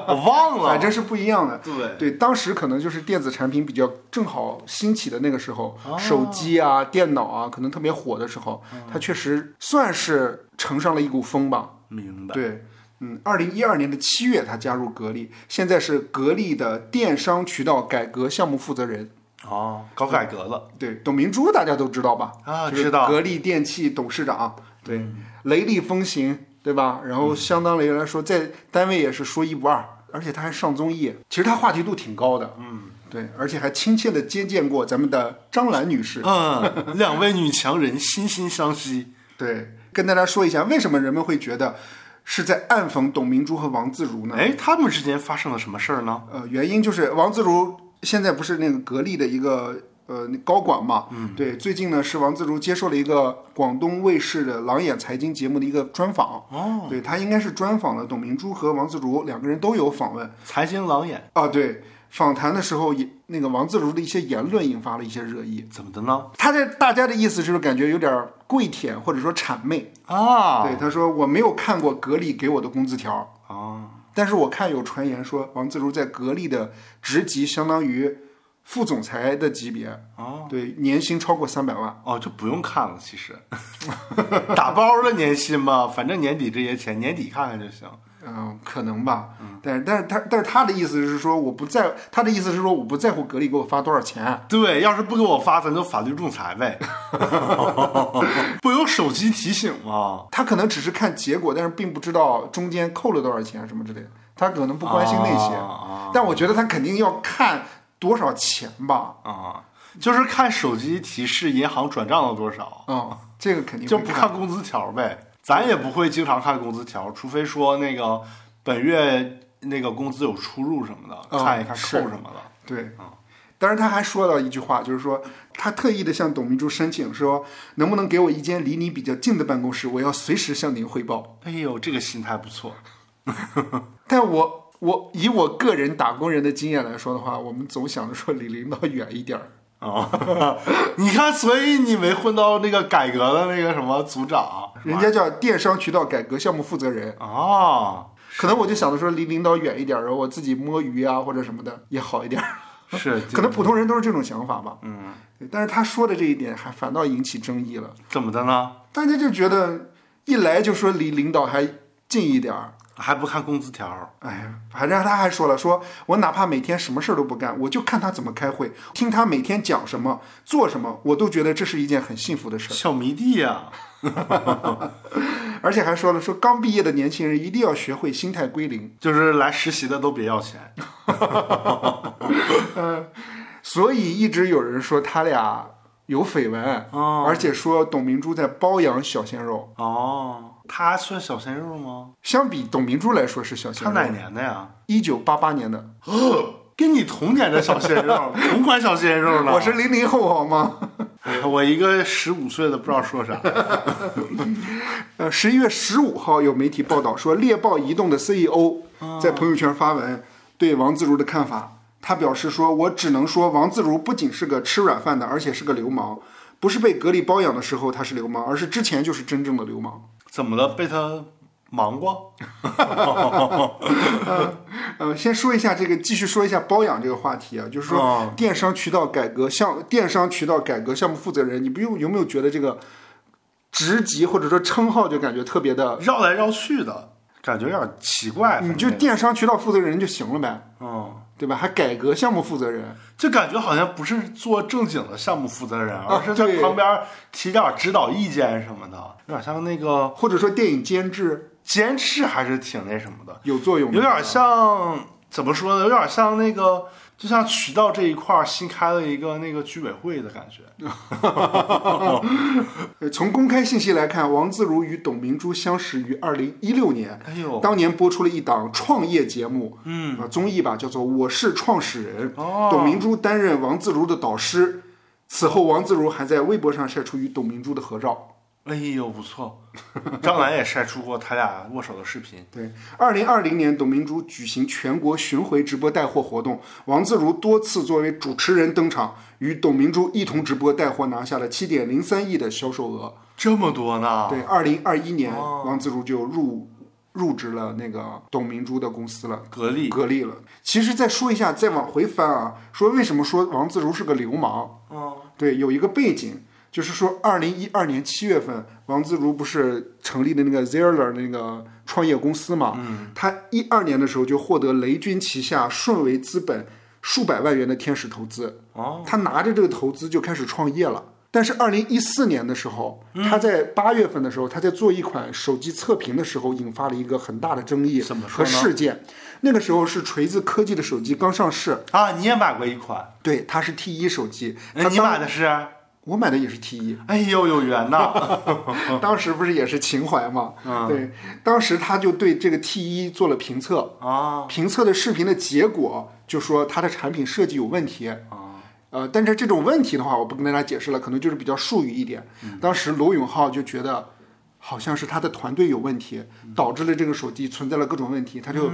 Speaker 2: 我忘了。
Speaker 1: 反正是不一样的。
Speaker 2: 对
Speaker 1: 对，当时可能就是电子产品比较正好兴起的那个时候，
Speaker 2: 哦
Speaker 1: 手机啊、电脑啊，可能特别火的时候，
Speaker 2: 嗯
Speaker 1: 它确实算是乘上了一股风吧。
Speaker 2: 明白。
Speaker 1: 对，嗯，二零一二年的七月，他加入格力，现在是格力的电商渠道改革项目负责人。
Speaker 2: 啊，搞改革了
Speaker 1: 对，董明珠大家都知道吧？
Speaker 2: 啊，
Speaker 1: 就是
Speaker 2: 知道。嗯
Speaker 1: 格力电器董事长，对，雷厉风行，对吧？然后相当于来说，在单位也是说一不二，而且他还上综艺，其实他话题度挺高的，嗯，对，而且还亲切的接见过咱们的张兰女士，
Speaker 2: 嗯，两位女强人惺惺相惜。
Speaker 1: 对，跟大家说一下，为什么人们会觉得是在暗讽董明珠和王自如呢？
Speaker 2: 哎，他们之间发生了什么事儿呢？
Speaker 1: 呃，原因就是王自如现在不是那个格力的一个呃那高管嘛，嗯，对，最近呢是王自如接受了一个广东卫视的《朗眼财经》节目的一个专访，哦，对他应该是专访了董明珠和王自如两个人都有访问
Speaker 2: 财经狼眼
Speaker 1: 啊，对，访谈的时候也那个王自如的一些言论引发了一些热议，
Speaker 2: 怎么的呢？
Speaker 1: 他这大家的意思就是感觉有点儿跪舔或者说谄媚，
Speaker 2: 啊
Speaker 1: 对，他说我没有看过格力给我的工资条，
Speaker 2: 啊，
Speaker 1: 但是我看有传言说，王自如在格力的职级相当于副总裁的级别，
Speaker 2: 哦
Speaker 1: 对，年薪超过三百万。
Speaker 2: 哦，就不用看了，其实 打包了年薪嘛，反正年底这些钱年底看看就行。
Speaker 1: 嗯、可能吧，
Speaker 2: 嗯
Speaker 1: 但是但是他但是他的意思是说，我不在，他的意思是说，我不在乎格力给我发多少钱，
Speaker 2: 对，要是不给我发，咱就法律仲裁 呗。不有手机提醒吗？
Speaker 1: 他可能只是看结果，但是并不知道中间扣了多少钱什么之类的，他可能不关心那些，
Speaker 2: 啊
Speaker 1: 但我觉得他肯定要看多少钱吧，
Speaker 2: 啊啊，就是看手机提示银行转账了多少，
Speaker 1: 嗯，这个肯定
Speaker 2: 就
Speaker 1: 会
Speaker 2: 不看工资条呗。咱也不会经常看工资条，除非说那个本月那个工资有出入什么的，
Speaker 1: 嗯
Speaker 2: 看一看扣
Speaker 1: 是
Speaker 2: 什么的。
Speaker 1: 对，啊当然他还说到一句话，就是说他特意的向董明珠申请说，能不能给我一间离你比较近的办公室，我要随时向您汇报。
Speaker 2: 哎呦，这个心态不错。
Speaker 1: 但我我以我个人打工人的经验来说的话，我们总想着说离领导远一点儿。
Speaker 2: 哦， 你看，所以你没混到那个改革的那个什么组长，是
Speaker 1: 人
Speaker 2: 吧
Speaker 1: 家叫电商渠道改革项目负责人，
Speaker 2: 哦，
Speaker 1: 可能我就想着说离领导远一点儿，然后我自己摸鱼啊或者什么的也好一点儿。
Speaker 2: 是
Speaker 1: 可能普通人都是这种想法吧。嗯，但是他说的这一点还反倒引起争议了，
Speaker 2: 怎么的呢？
Speaker 1: 大家就觉得一来就说离领导还近一点儿。
Speaker 2: 还不看工资条儿？
Speaker 1: 哎呀，反正他还说了，说我哪怕每天什么事儿都不干，我就看他怎么开会，听他每天讲什么、做什么，我都觉得这是一件很幸福的事儿。
Speaker 2: 小迷弟呀、
Speaker 1: 而且还说了，说刚毕业的年轻人一定要学会心态归零。
Speaker 2: 就是来实习的都别要钱。
Speaker 1: 所以一直有人说他俩有绯闻，
Speaker 2: 哦
Speaker 1: 而且说董明珠在包养小鲜肉。
Speaker 2: 哦，他算小鲜肉吗？
Speaker 1: 相比董明珠来说是小
Speaker 2: 他
Speaker 1: 鲜肉，
Speaker 2: 哪年的呀？
Speaker 1: 一九八八年的，
Speaker 2: 跟你同年的小鲜 肉，同款小鲜肉呢？
Speaker 1: 我是零零后好吗？
Speaker 2: 哎我一个十五岁的不知道说啥。
Speaker 1: 呃，十一月十五号有媒体报道说，猎豹移动的 CEO 在朋友圈发文对王自如的看法。他表示说：“我只能说，王自如不仅是个吃软饭的，而且是个流氓。不是被格力包养的时候他是流氓，而是之前就是真正的流氓。”
Speaker 2: 怎么了？被他忙过？
Speaker 1: 呃，先说一下这个，继续说一下包养这个话题啊，就是说
Speaker 2: 哦
Speaker 1: 电商渠道改革项电商渠道改革项目负责人，你不用有没有觉得这个职级或者说称号就感觉特别的，
Speaker 2: 绕来绕去的，感觉有点奇怪。
Speaker 1: 你
Speaker 2: 反
Speaker 1: 就
Speaker 2: 正
Speaker 1: 电商渠道负责人就行了呗，
Speaker 2: 嗯，
Speaker 1: 对吧？还改革项目负责人，
Speaker 2: 就感觉好像不是做正经的项目负责人，而是
Speaker 1: 对
Speaker 2: 在旁边提点指导意见什么的，有点像那个
Speaker 1: 或者说电影监制
Speaker 2: 监制，还是挺那什么的。
Speaker 1: 有作用，
Speaker 2: 有点。像怎么说呢？有点像那个，就像渠道这一块儿新开了一个那个居委会的感觉。
Speaker 1: 呃，从公开信息来看，王自如与董明珠相识于二零一六年，
Speaker 2: 哎呦，
Speaker 1: 当年播出了一档创业节目，嗯，啊、综艺吧，叫做《我是创始人》。
Speaker 2: 哦
Speaker 1: 董明珠担任王自如的导师。此后，王自如还在微博上晒出与董明珠的合照。
Speaker 2: 哎呦，不 错。张兰也晒出过他俩握手的视频。
Speaker 1: 对，二零二零年，董明珠举行全国巡回直播带货活动，王自如多次作为主持人登场，与董明珠一同直播带货，拿下了七点零三亿的销售额。
Speaker 2: 这么多呢？
Speaker 1: 对，二零二一年，王自如就入入职了那个董明珠的公司了。
Speaker 2: 格力，
Speaker 1: 格力了。其实再说一下，再往回翻啊，说为什么说王自如是个流氓？
Speaker 2: 嗯，
Speaker 1: 对，有一个背景，就是说二零一二年七月份，王自如不是成立的那个 Zeller 那个创业公司嘛？嗯，他一二年的时候就获得雷军旗下顺为资本数百万元的天使投资。
Speaker 2: 哦，
Speaker 1: 他拿着这个投资就开始创业了。但是二零一四年的时候，
Speaker 2: 嗯
Speaker 1: 他在八月份的时候，他在做一款手机测评的时候，引发了一个很大的争议
Speaker 2: 怎么
Speaker 1: 和
Speaker 2: 说呢
Speaker 1: 事件。那个时候是锤子科技的手机刚上市，
Speaker 2: 啊，你也买过一款，
Speaker 1: 对，它是 T 一手机，
Speaker 2: 哎
Speaker 1: 它
Speaker 2: 你买
Speaker 1: 当
Speaker 2: 的是？
Speaker 1: 我买的也是 T 一，
Speaker 2: 哎呦，有缘 呐！哦
Speaker 1: 当时不是也是情怀嘛？
Speaker 2: 啊
Speaker 1: 对，当时他就对这个 T 一做了评测，
Speaker 2: 啊，
Speaker 1: 评测的视频的结果就说它的产品设计有问题。呃，但是这种问题的话，我不跟大家解释了，可能就是比较术语一点。当时罗永浩就觉得好像是他的团队有问题，导致了这个手机存在了各种问题，他就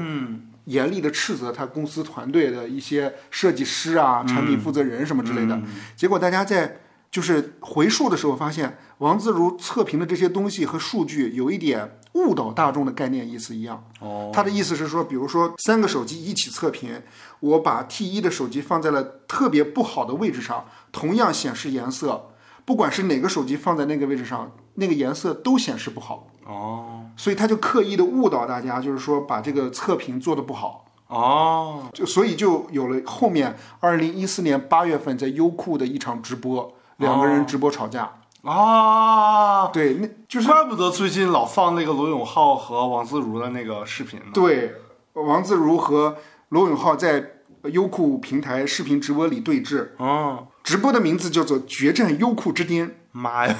Speaker 1: 严厉的斥责他公司团队的一些设计师啊、产品负责人什么之类的。结果大家在就是回溯的时候发现，王自如测评的这些东西和数据有一点误导大众的概念意思一样。
Speaker 2: 哦，
Speaker 1: 他的意思是说，比如说三个手机一起测评，我把 T 一的手机放在了特别不好的位置上，同样显示颜色，不管是哪个手机放在那个位置上，那个颜色都显示不好，
Speaker 2: 哦，
Speaker 1: 所以他就刻意的误导大家，就是说把这个测评做的不好，
Speaker 2: 哦，
Speaker 1: 就所以就有了后面二零一四年八月份在优酷的一场直播，两个人直播吵架，
Speaker 2: 啊，
Speaker 1: 对，那就是。
Speaker 2: 怪不得最近老放那个罗永浩和王自如的那个视频呢。
Speaker 1: 对，王自如和罗永浩在优酷平台视频直播里对峙，
Speaker 2: 嗯，
Speaker 1: 直播的名字叫做《决战优酷之巅》。呃
Speaker 2: 妈呀！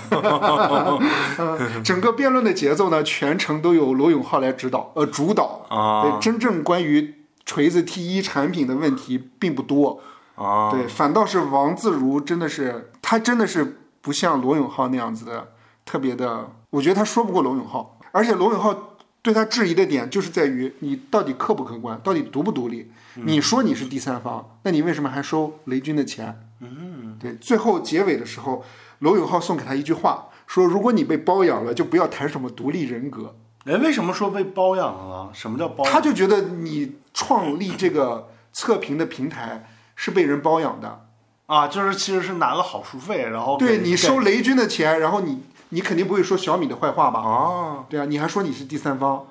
Speaker 1: 整个辩论的节奏呢，全程都由罗永浩来指导，呃，主导。
Speaker 2: 啊
Speaker 1: 对，真正关于锤子 T 一产品的问题并不多，
Speaker 2: 啊，
Speaker 1: 对，反倒是王自如真的是，他真的是不像罗永浩那样子的，特别的，我觉得他说不过罗永浩，而且罗永浩。对他质疑的点就是在于你到底客不客观，到底独不独立？你说你是第三方，那你为什么还收雷军的钱？嗯，对，最后结尾的时候，罗永浩送给他一句话，说：“如果你被包养了，就不要谈什么独立人格。”
Speaker 2: 人哎为什么说被包养了？什么叫包
Speaker 1: 他就觉得你创立这个测评的平台是被人包养的，
Speaker 2: 啊？就是其实是拿了好处费，然后
Speaker 1: 对
Speaker 2: 给
Speaker 1: 你收雷军的钱，然后你你肯定不会说小米的坏话吧？
Speaker 2: 啊，
Speaker 1: 对啊，你还说你是第三方，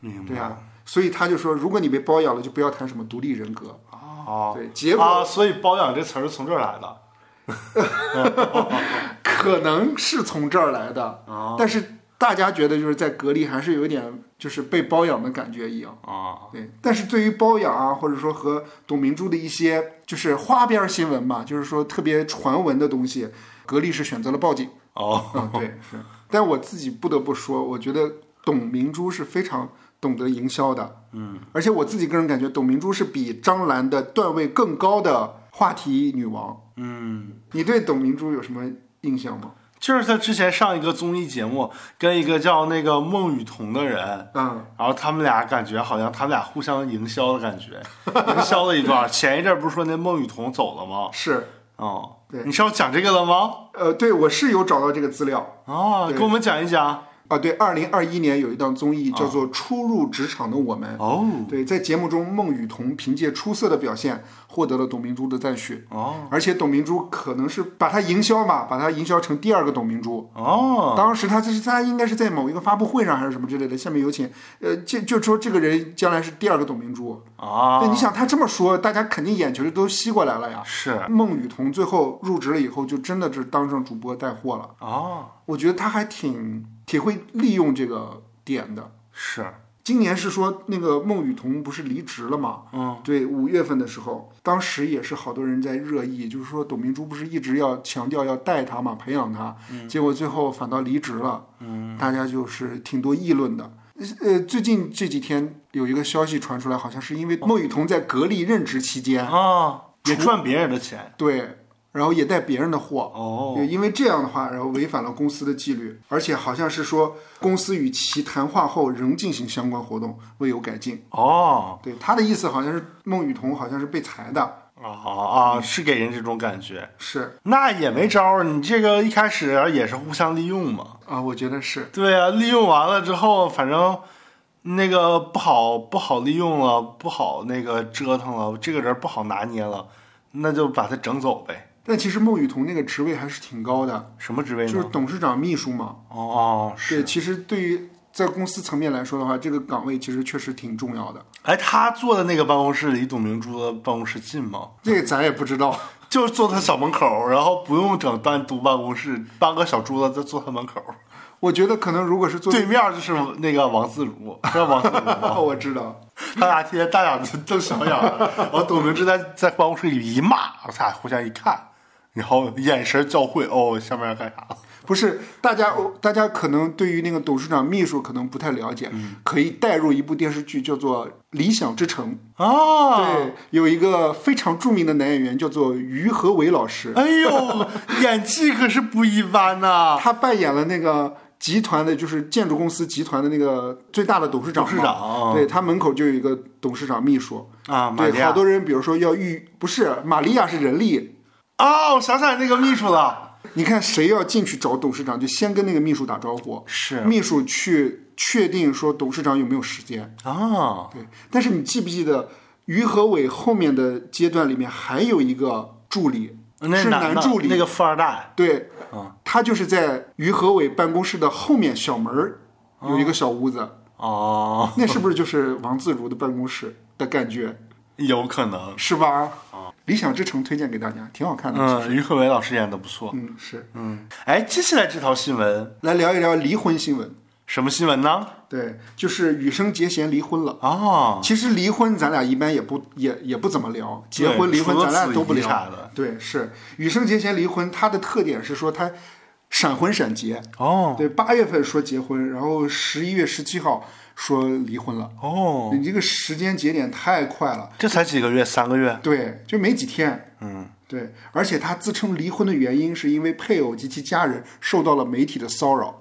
Speaker 2: 明
Speaker 1: 对
Speaker 2: 白
Speaker 1: 啊，所以他就说，如果你被包养了，就不要谈什么独立人格。
Speaker 2: 啊
Speaker 1: 对，结果
Speaker 2: 啊，所以包养这词儿是从这儿来的
Speaker 1: 可能是从这儿来的，哦
Speaker 2: 啊
Speaker 1: 但是大家觉得就是在隔离还是有一点就是被包养的感觉一样。
Speaker 2: 啊
Speaker 1: 对，但是对于包养啊，或者说和董明珠的一些就是花边新闻嘛，就是说特别传闻的东西，格力是选择了报警。
Speaker 2: 哦，
Speaker 1: 嗯， 对，是。但我自己不得不说，我觉得董明珠是非常懂得营销的。嗯，而且我自己个人感觉，董明珠是比张兰的段位更高的话题女王。
Speaker 2: 嗯，
Speaker 1: 你对董明珠有什么印象吗？
Speaker 2: 就是他之前上一个综艺节目，跟一个叫那个孟雨桐的人，
Speaker 1: 嗯，
Speaker 2: 然后他们俩感觉好像他们俩互相营销的 感觉，营销了一段。前一阵儿不是说那孟雨桐走了吗？
Speaker 1: 是，
Speaker 2: 哦，
Speaker 1: 对
Speaker 2: 你是要讲这个了吗？
Speaker 1: 呃，对我是有找到这个资料。
Speaker 2: 哦，
Speaker 1: 对
Speaker 2: 给我们讲一讲。
Speaker 1: 啊，对，二零二一年有一档综艺叫做《初入职场的我们》。
Speaker 2: 哦
Speaker 1: 对，在节目中，孟雨桐凭借出色的表现获得了董明珠的赞许，
Speaker 2: 哦
Speaker 1: 而且董明珠可能是把她营销嘛，把她营销成第二个董明珠。
Speaker 2: 哦，
Speaker 1: 当时她这是她应该是在某一个发布会上还是什么之类的。下面有请，呃，就就说这个人将来是第二个董明珠。
Speaker 2: 啊
Speaker 1: 那，你想，她这么说，大家肯定眼球就都吸过来了呀。
Speaker 2: 是
Speaker 1: 孟雨桐最后入职了以后，就真的是当上主播带货了。
Speaker 2: 哦，
Speaker 1: 我觉得他还挺挺会利用这个点的。
Speaker 2: 是
Speaker 1: 今年是说那个孟雨桐不是离职了吗？
Speaker 2: 嗯，
Speaker 1: 对，五月份的时候，当时也是好多人在热议，就是说董明珠不是一直要强调要带她嘛，培养她，
Speaker 2: 嗯
Speaker 1: 结果最后反倒离职了，嗯，大家就是挺多议论的。呃，最近这几天有一个消息传出来，好像是因
Speaker 2: 哦
Speaker 1: 为孟雨桐在格力任职期间，
Speaker 2: 啊，也赚别人的钱。
Speaker 1: 对，然后也带别人的货，
Speaker 2: 哦，
Speaker 1: 对，因为这样的话，然后违反了公司的纪律，而且好像是说公司与其谈话后仍进行相关活动，未有改进。
Speaker 2: 哦，
Speaker 1: 对他的意思好像是孟雨桐好像是被裁的，
Speaker 2: 啊啊，是给人这种感觉。
Speaker 1: 是
Speaker 2: 那也没招儿，你这个一开始也是互相利用嘛。
Speaker 1: 啊、我觉得是
Speaker 2: 对啊，利用完了之后，反正那个不好不好利用了，不好那个折腾了，这个人不好拿捏了，那就把他整走呗。
Speaker 1: 但其实孟雨桐那个职位还是挺高的，
Speaker 2: 什么职位
Speaker 1: 就
Speaker 2: 呢？
Speaker 1: 是董事长秘书嘛。
Speaker 2: 哦哦，
Speaker 1: 对，
Speaker 2: 是。
Speaker 1: 其实对于在公司层面来说的话，这个岗位其实确实挺重要的。
Speaker 2: 哎，他坐的那个办公室离董明珠的办公室近吗？
Speaker 1: 这个咱也不知道，
Speaker 2: 就是坐他小门口，然后不用整单独办公室，搬个小桌子再坐他门口，
Speaker 1: 我觉得可能如果是做，
Speaker 2: 对面就是那个王自如，知道王自 如吗？
Speaker 1: 哦，我知 道，
Speaker 2: 他俩天天大眼睛瞪小眼儿，然后董明珠在在办公室里一骂，我俩互相一看，然后眼神交汇，哦，下面要干啥了？
Speaker 1: 不是，大家哦大家可能对于那个董事长秘书可能不太了解，
Speaker 2: 嗯
Speaker 1: 可以带入一部电视剧叫做《理想之城》。
Speaker 2: 啊，
Speaker 1: 对，有一个非常著名的男演员叫做于和伟老师，
Speaker 2: 哎呦，演技可是不一般呐、
Speaker 1: 他扮演了那个集团的，就是建筑公司集团的那个最大的董事长嘛。
Speaker 2: 董事长哦
Speaker 1: 对他门口就有一个董事长秘书。
Speaker 2: 啊，玛利
Speaker 1: 对，好
Speaker 2: 亚
Speaker 1: 多人，比如说要遇，不是玛利亚是人力。
Speaker 2: 啊，我想起来那个秘书了，
Speaker 1: 你看谁要进去找董事长，就先跟那个秘书打招呼，
Speaker 2: 是
Speaker 1: 秘书去确定说董事长有没有时间。
Speaker 2: 啊，
Speaker 1: 对，但是你记不记得于和伟后面的阶段里面还有一个助理
Speaker 2: 那
Speaker 1: 是
Speaker 2: 男
Speaker 1: 男
Speaker 2: 的
Speaker 1: 助理，
Speaker 2: 那个富二代
Speaker 1: 对
Speaker 2: 啊，
Speaker 1: 他就是在于和伟办公室的后面小门儿
Speaker 2: 啊
Speaker 1: 有一个小屋 子，
Speaker 2: 哦，
Speaker 1: 那是不是就是王自如的办公室的感觉？
Speaker 2: 有可能，
Speaker 1: 是吧？理想之城推荐给大家，挺好看的。
Speaker 2: 啊嗯，于和伟老师演的不错，
Speaker 1: 嗯，是。
Speaker 2: 嗯，哎，接下来这条新闻
Speaker 1: 来聊一聊离婚新闻。
Speaker 2: 什么新闻呢？
Speaker 1: 对，就是羽生结弦离婚了。
Speaker 2: 啊，
Speaker 1: 其实离婚咱俩一般也不也也不怎么聊，结婚离婚
Speaker 2: 除了
Speaker 1: 咱俩
Speaker 2: 子
Speaker 1: 都不
Speaker 2: 怡
Speaker 1: 聊
Speaker 2: 啥的。
Speaker 1: 对，是羽生结弦离婚，他的特点是说他闪婚闪结。
Speaker 2: 哦
Speaker 1: 对，八月份说结婚，然后十一月十七号说离婚了。
Speaker 2: 哦，
Speaker 1: 你这个时间节点太快了，
Speaker 2: 这才几个月，三个月。
Speaker 1: 对，就没几天。
Speaker 2: 嗯，
Speaker 1: 对，而且他自称离婚的原因是因为配偶及其家人受到了媒体的骚扰。
Speaker 2: 哦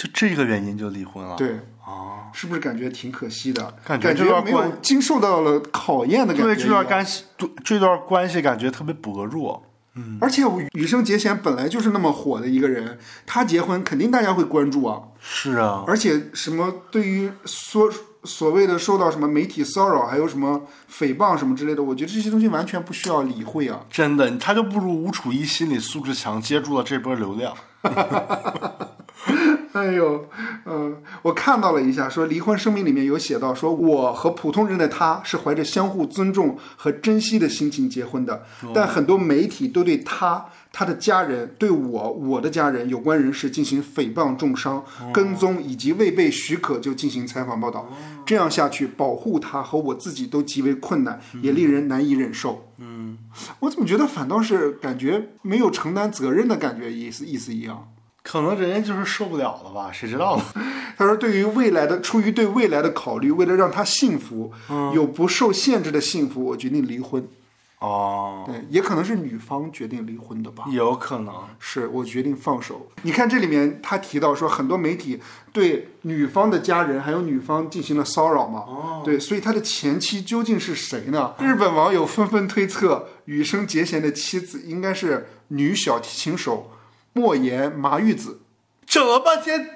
Speaker 2: 就这个原因就离婚了。，
Speaker 1: 对，
Speaker 2: 哦，
Speaker 1: 是不是感觉挺可惜的？
Speaker 2: 感觉
Speaker 1: 觉
Speaker 2: 这段
Speaker 1: 没有
Speaker 2: 关
Speaker 1: 经受到了考验的感觉一
Speaker 2: 对
Speaker 1: 样。
Speaker 2: 这段关系，对这段关系感觉特别薄弱。
Speaker 1: 嗯，而且羽生结弦本来就是那么火的一个人，他结婚肯定大家会关注啊。
Speaker 2: 是啊，
Speaker 1: 而且什么对于所所谓的受到什么媒体骚扰，还有什么诽谤什么之类的，我觉得这些东西完全不需要理会啊。
Speaker 2: 真的，他就不如吴楚一心理素质强，接住了这波流量。
Speaker 1: 哎呦，嗯、我看到了一下，说离婚声明里面有写到，说我和普通人的他是怀着相互尊重和珍惜的心情结婚的，但很多媒体都对他、他的家人、对我、我的家人有关人士进行诽谤、重伤、跟踪以及未被许可就进行采访报道。这样下去，保护他和我自己都极为困难，也令人难以忍受。
Speaker 2: 嗯，
Speaker 1: 我怎么觉得反倒是感觉没有承担责任的感觉，意思意思一样。
Speaker 2: 可能人家就是受不了了吧，谁知道呢？
Speaker 1: 他说，对于未来的，出于对未来的考虑，为了让他幸福，
Speaker 2: 嗯
Speaker 1: 有不受限制的幸福，我决定离婚。
Speaker 2: 哦，
Speaker 1: 对，也可能是女方决定离婚的吧。
Speaker 2: 有可能。
Speaker 1: 是我决定放手。你看这里面他提到说，很多媒体对女方的家人还有女方进行了骚扰嘛？
Speaker 2: 哦，
Speaker 1: 对，所以他的前妻究竟是谁呢？日本网友纷纷推测，羽生结弦的妻子应该是女小提琴手莫言麻玉子。
Speaker 2: 整了半天，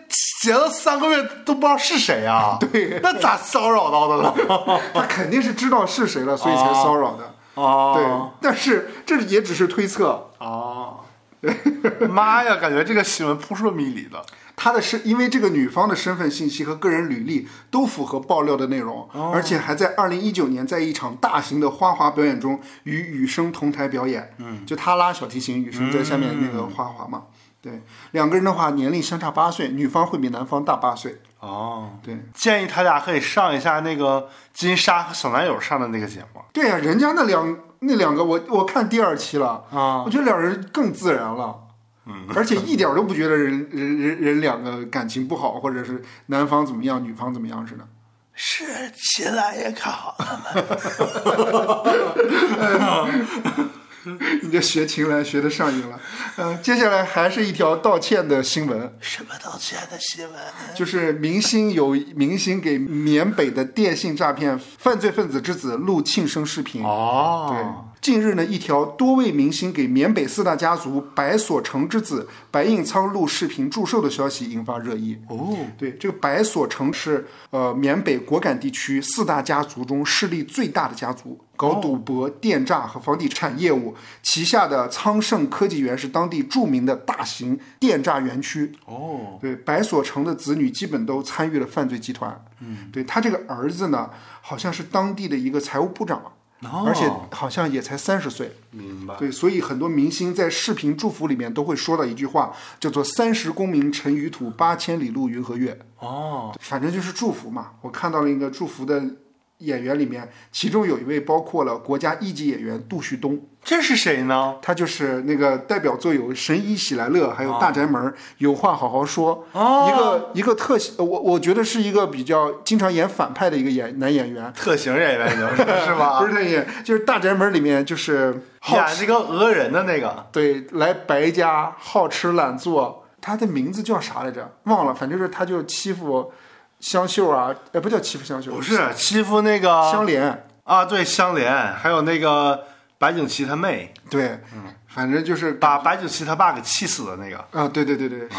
Speaker 2: 结了三个月都不知道是谁啊？ 对，那咋骚扰到的了？
Speaker 1: 他肯定是知道是谁了，所以才骚扰的。
Speaker 2: 哦，
Speaker 1: 对，但是这也只是推测。
Speaker 2: 哦，妈呀，感觉这个新闻扑朔迷离的。
Speaker 1: 他的身，因为这个女方的身份信息和个人履历都符合爆料的内容，而且还在二零一九年在一场大型的花滑表演中与羽生同台表演。嗯，就他拉小提琴，羽生在下面那个花滑嘛。对，两个人的话年龄相差八岁，女方会比男方大八岁。
Speaker 2: 哦，
Speaker 1: 对，
Speaker 2: 建议他俩可以上一下那个金莎和小男友上的那个节目
Speaker 1: 对呀、人家那两那两个我我看第二期了，
Speaker 2: 啊。
Speaker 1: 我觉得两人更自然了。嗯，而且一点都不觉得人人人人两个感情不好，或者是男方怎么样，女方怎么样似的。
Speaker 2: 是，起来也看好了。
Speaker 1: 你这学情来学的上瘾了。呃，接下来还是一条道歉的新闻，
Speaker 2: 什么道歉的新闻？
Speaker 1: 就是明星有明星给缅北的电信诈骗犯罪分子之子录庆生视频。对
Speaker 2: 哦，，
Speaker 1: 嗯近日呢，一条多位明星给缅北四大家族白所成之子白应仓录视频祝寿的消息引发热议。
Speaker 2: 哦，
Speaker 1: 对，这个白所成是呃缅北果敢地区四大家族中势力最大的家族，搞赌博、电诈和房地产业务。旗下的苍盛科技园是当地著名的大型电诈园区。
Speaker 2: 哦，
Speaker 1: 对，白所成的子女基本都参与了犯罪集团。嗯，对他这个儿子呢，好像是当地的一个财务部长，而且好像也才三十岁。
Speaker 2: 明白。
Speaker 1: 对，所以很多明星在视频祝福里面都会说到一句话，叫做“三十功名尘与土，八千里路云和月”。
Speaker 2: 哦，
Speaker 1: 反正就是祝福嘛。我看到了一个祝福的演员里面，其中有一位包括了国家一级演员杜旭东，
Speaker 2: 这是谁呢？
Speaker 1: 他就是那个代表作有《神医喜来乐》还有《大宅门》有话好好说》
Speaker 2: 哦
Speaker 1: 一个一个特写，我我觉得是一个比较经常演反派的一个演男演员，
Speaker 2: 特型演员 就是是吧
Speaker 1: 不？是特演，就是《大宅门》里面就是好
Speaker 2: 演那个讹人的那个。
Speaker 1: 对来白家好吃懒做，他的名字叫啥来着？忘了，反正就是他就欺负香秀啊，呃，不叫欺负香秀，
Speaker 2: 不是欺负那个
Speaker 1: 香莲。
Speaker 2: 啊，对香莲，还有那个白景琦他妹，
Speaker 1: 对，嗯，反正就是
Speaker 2: 把白景琦他爸给气死的那个。
Speaker 1: 啊，对对对对，是，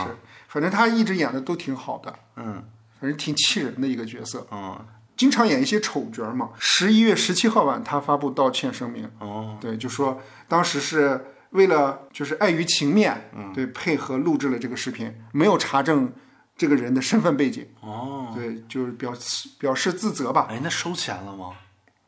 Speaker 1: 反正他一直演的都挺好的，
Speaker 2: 嗯
Speaker 1: 反正挺气人的一个角色，
Speaker 2: 嗯
Speaker 1: 经常演一些丑角嘛。十一月十七号晚，他发布道歉声明，
Speaker 2: 哦
Speaker 1: 对，就说当时是为了就是碍于情面，
Speaker 2: 嗯
Speaker 1: 对，配合录制了这个视频，没有查证这个人的身份背景，
Speaker 2: 哦，
Speaker 1: 对，就是表示表示自责吧。
Speaker 2: 哎，那收钱了吗？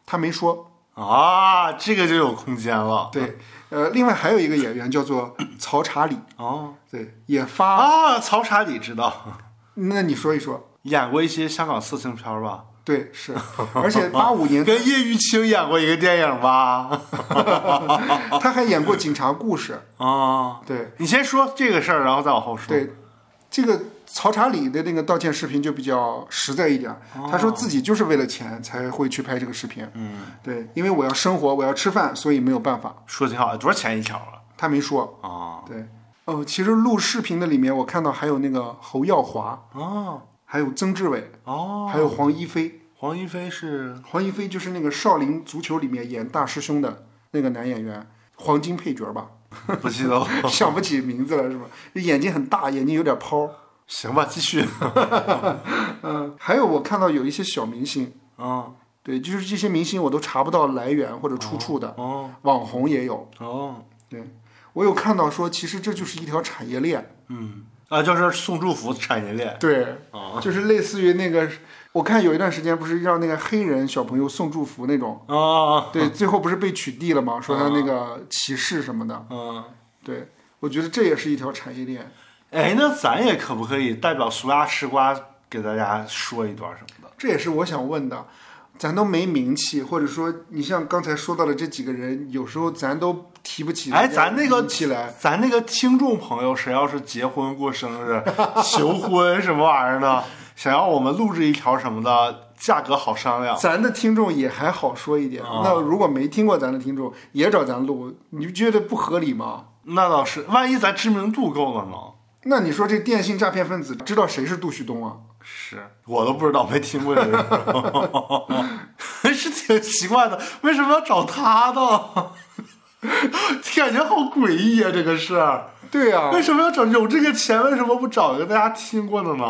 Speaker 1: 他没说，
Speaker 2: 啊，这个就有空间了。
Speaker 1: 对，呃，另外还有一个演员叫做曹查理，
Speaker 2: 哦
Speaker 1: 对，也发，
Speaker 2: 啊，曹查理知道，
Speaker 1: 那你说一说。
Speaker 2: 演过一些香港色情片儿吧？
Speaker 1: 对，是，而且八五年
Speaker 2: 跟叶玉卿演过一个电影吧？
Speaker 1: 他还演过《警察故事
Speaker 2: 啊，》。
Speaker 1: 对
Speaker 2: 你先说这个事儿，然后再往后说。
Speaker 1: 对，这个曹查理的那个道歉视频就比较实在一点儿，
Speaker 2: 哦
Speaker 1: 他说自己就是为了钱才会去拍这个视频。
Speaker 2: 嗯，
Speaker 1: 对，因为我要生活，我要吃饭，所以没有办法。
Speaker 2: 说挺好，多少钱一条啊？
Speaker 1: 他没说。
Speaker 2: 啊
Speaker 1: 对，哦，其实录视频的里面，我看到还有那个侯耀华，
Speaker 2: 哦
Speaker 1: 还有曾志伟，
Speaker 2: 哦，
Speaker 1: 还有黄一飞。
Speaker 2: 黄一飞是
Speaker 1: 黄一飞就是那个《少林足球》里面演大师兄的那个男演员，黄金配角吧，
Speaker 2: 不记得了。
Speaker 1: 想不起名字了是吧？眼睛很大，眼睛有点泡。
Speaker 2: 行吧，继 续。
Speaker 1: 嗯，还有我看到有一些小明星，
Speaker 2: 嗯，
Speaker 1: 对，就是这些明星我都查不到来源或者出处的，
Speaker 2: 哦
Speaker 1: 网红也有。
Speaker 2: 哦，
Speaker 1: 我有看到说，其实这就是一条产业链，
Speaker 2: 嗯，啊，就是送祝福产业链。
Speaker 1: 对，
Speaker 2: 哦
Speaker 1: 就是类似于那个，我看有一段时间不是让那个黑人小朋友送祝福那种，
Speaker 2: 啊，
Speaker 1: 对，最后不是被取缔了吗？说他
Speaker 2: 哦
Speaker 1: 那个歧视什么的，
Speaker 2: 嗯，
Speaker 1: 对，我觉得这也是一条产业链。
Speaker 2: 哎，那咱也可不可以代表俗辣吃瓜给大家说一段什么的？
Speaker 1: 这也是我想问的，咱都没名气，或者说你像刚才说到的这几个人，有时候咱都提不起。
Speaker 2: 哎，咱那个
Speaker 1: 提不起来，
Speaker 2: 咱那个听众朋友，谁要是结婚过生日、求婚什么玩意儿的，想要我们录制一条什么的，价格好商量。
Speaker 1: 咱的听众也还好说一点。
Speaker 2: 啊
Speaker 1: 那如果没听过咱的听众，也找咱录，你不觉得不合理吗？
Speaker 2: 那倒是，万一咱知名度够了呢？
Speaker 1: 那你说这电信诈骗分子知道谁是杜旭东啊？
Speaker 2: 是我都不知道，没听过这个人， 是挺奇怪的，为什么要找他呢？ 感觉好诡异啊，这个事儿。
Speaker 1: 对啊，
Speaker 2: 为什么要找有这个钱？为什么不找一个大家听过的呢？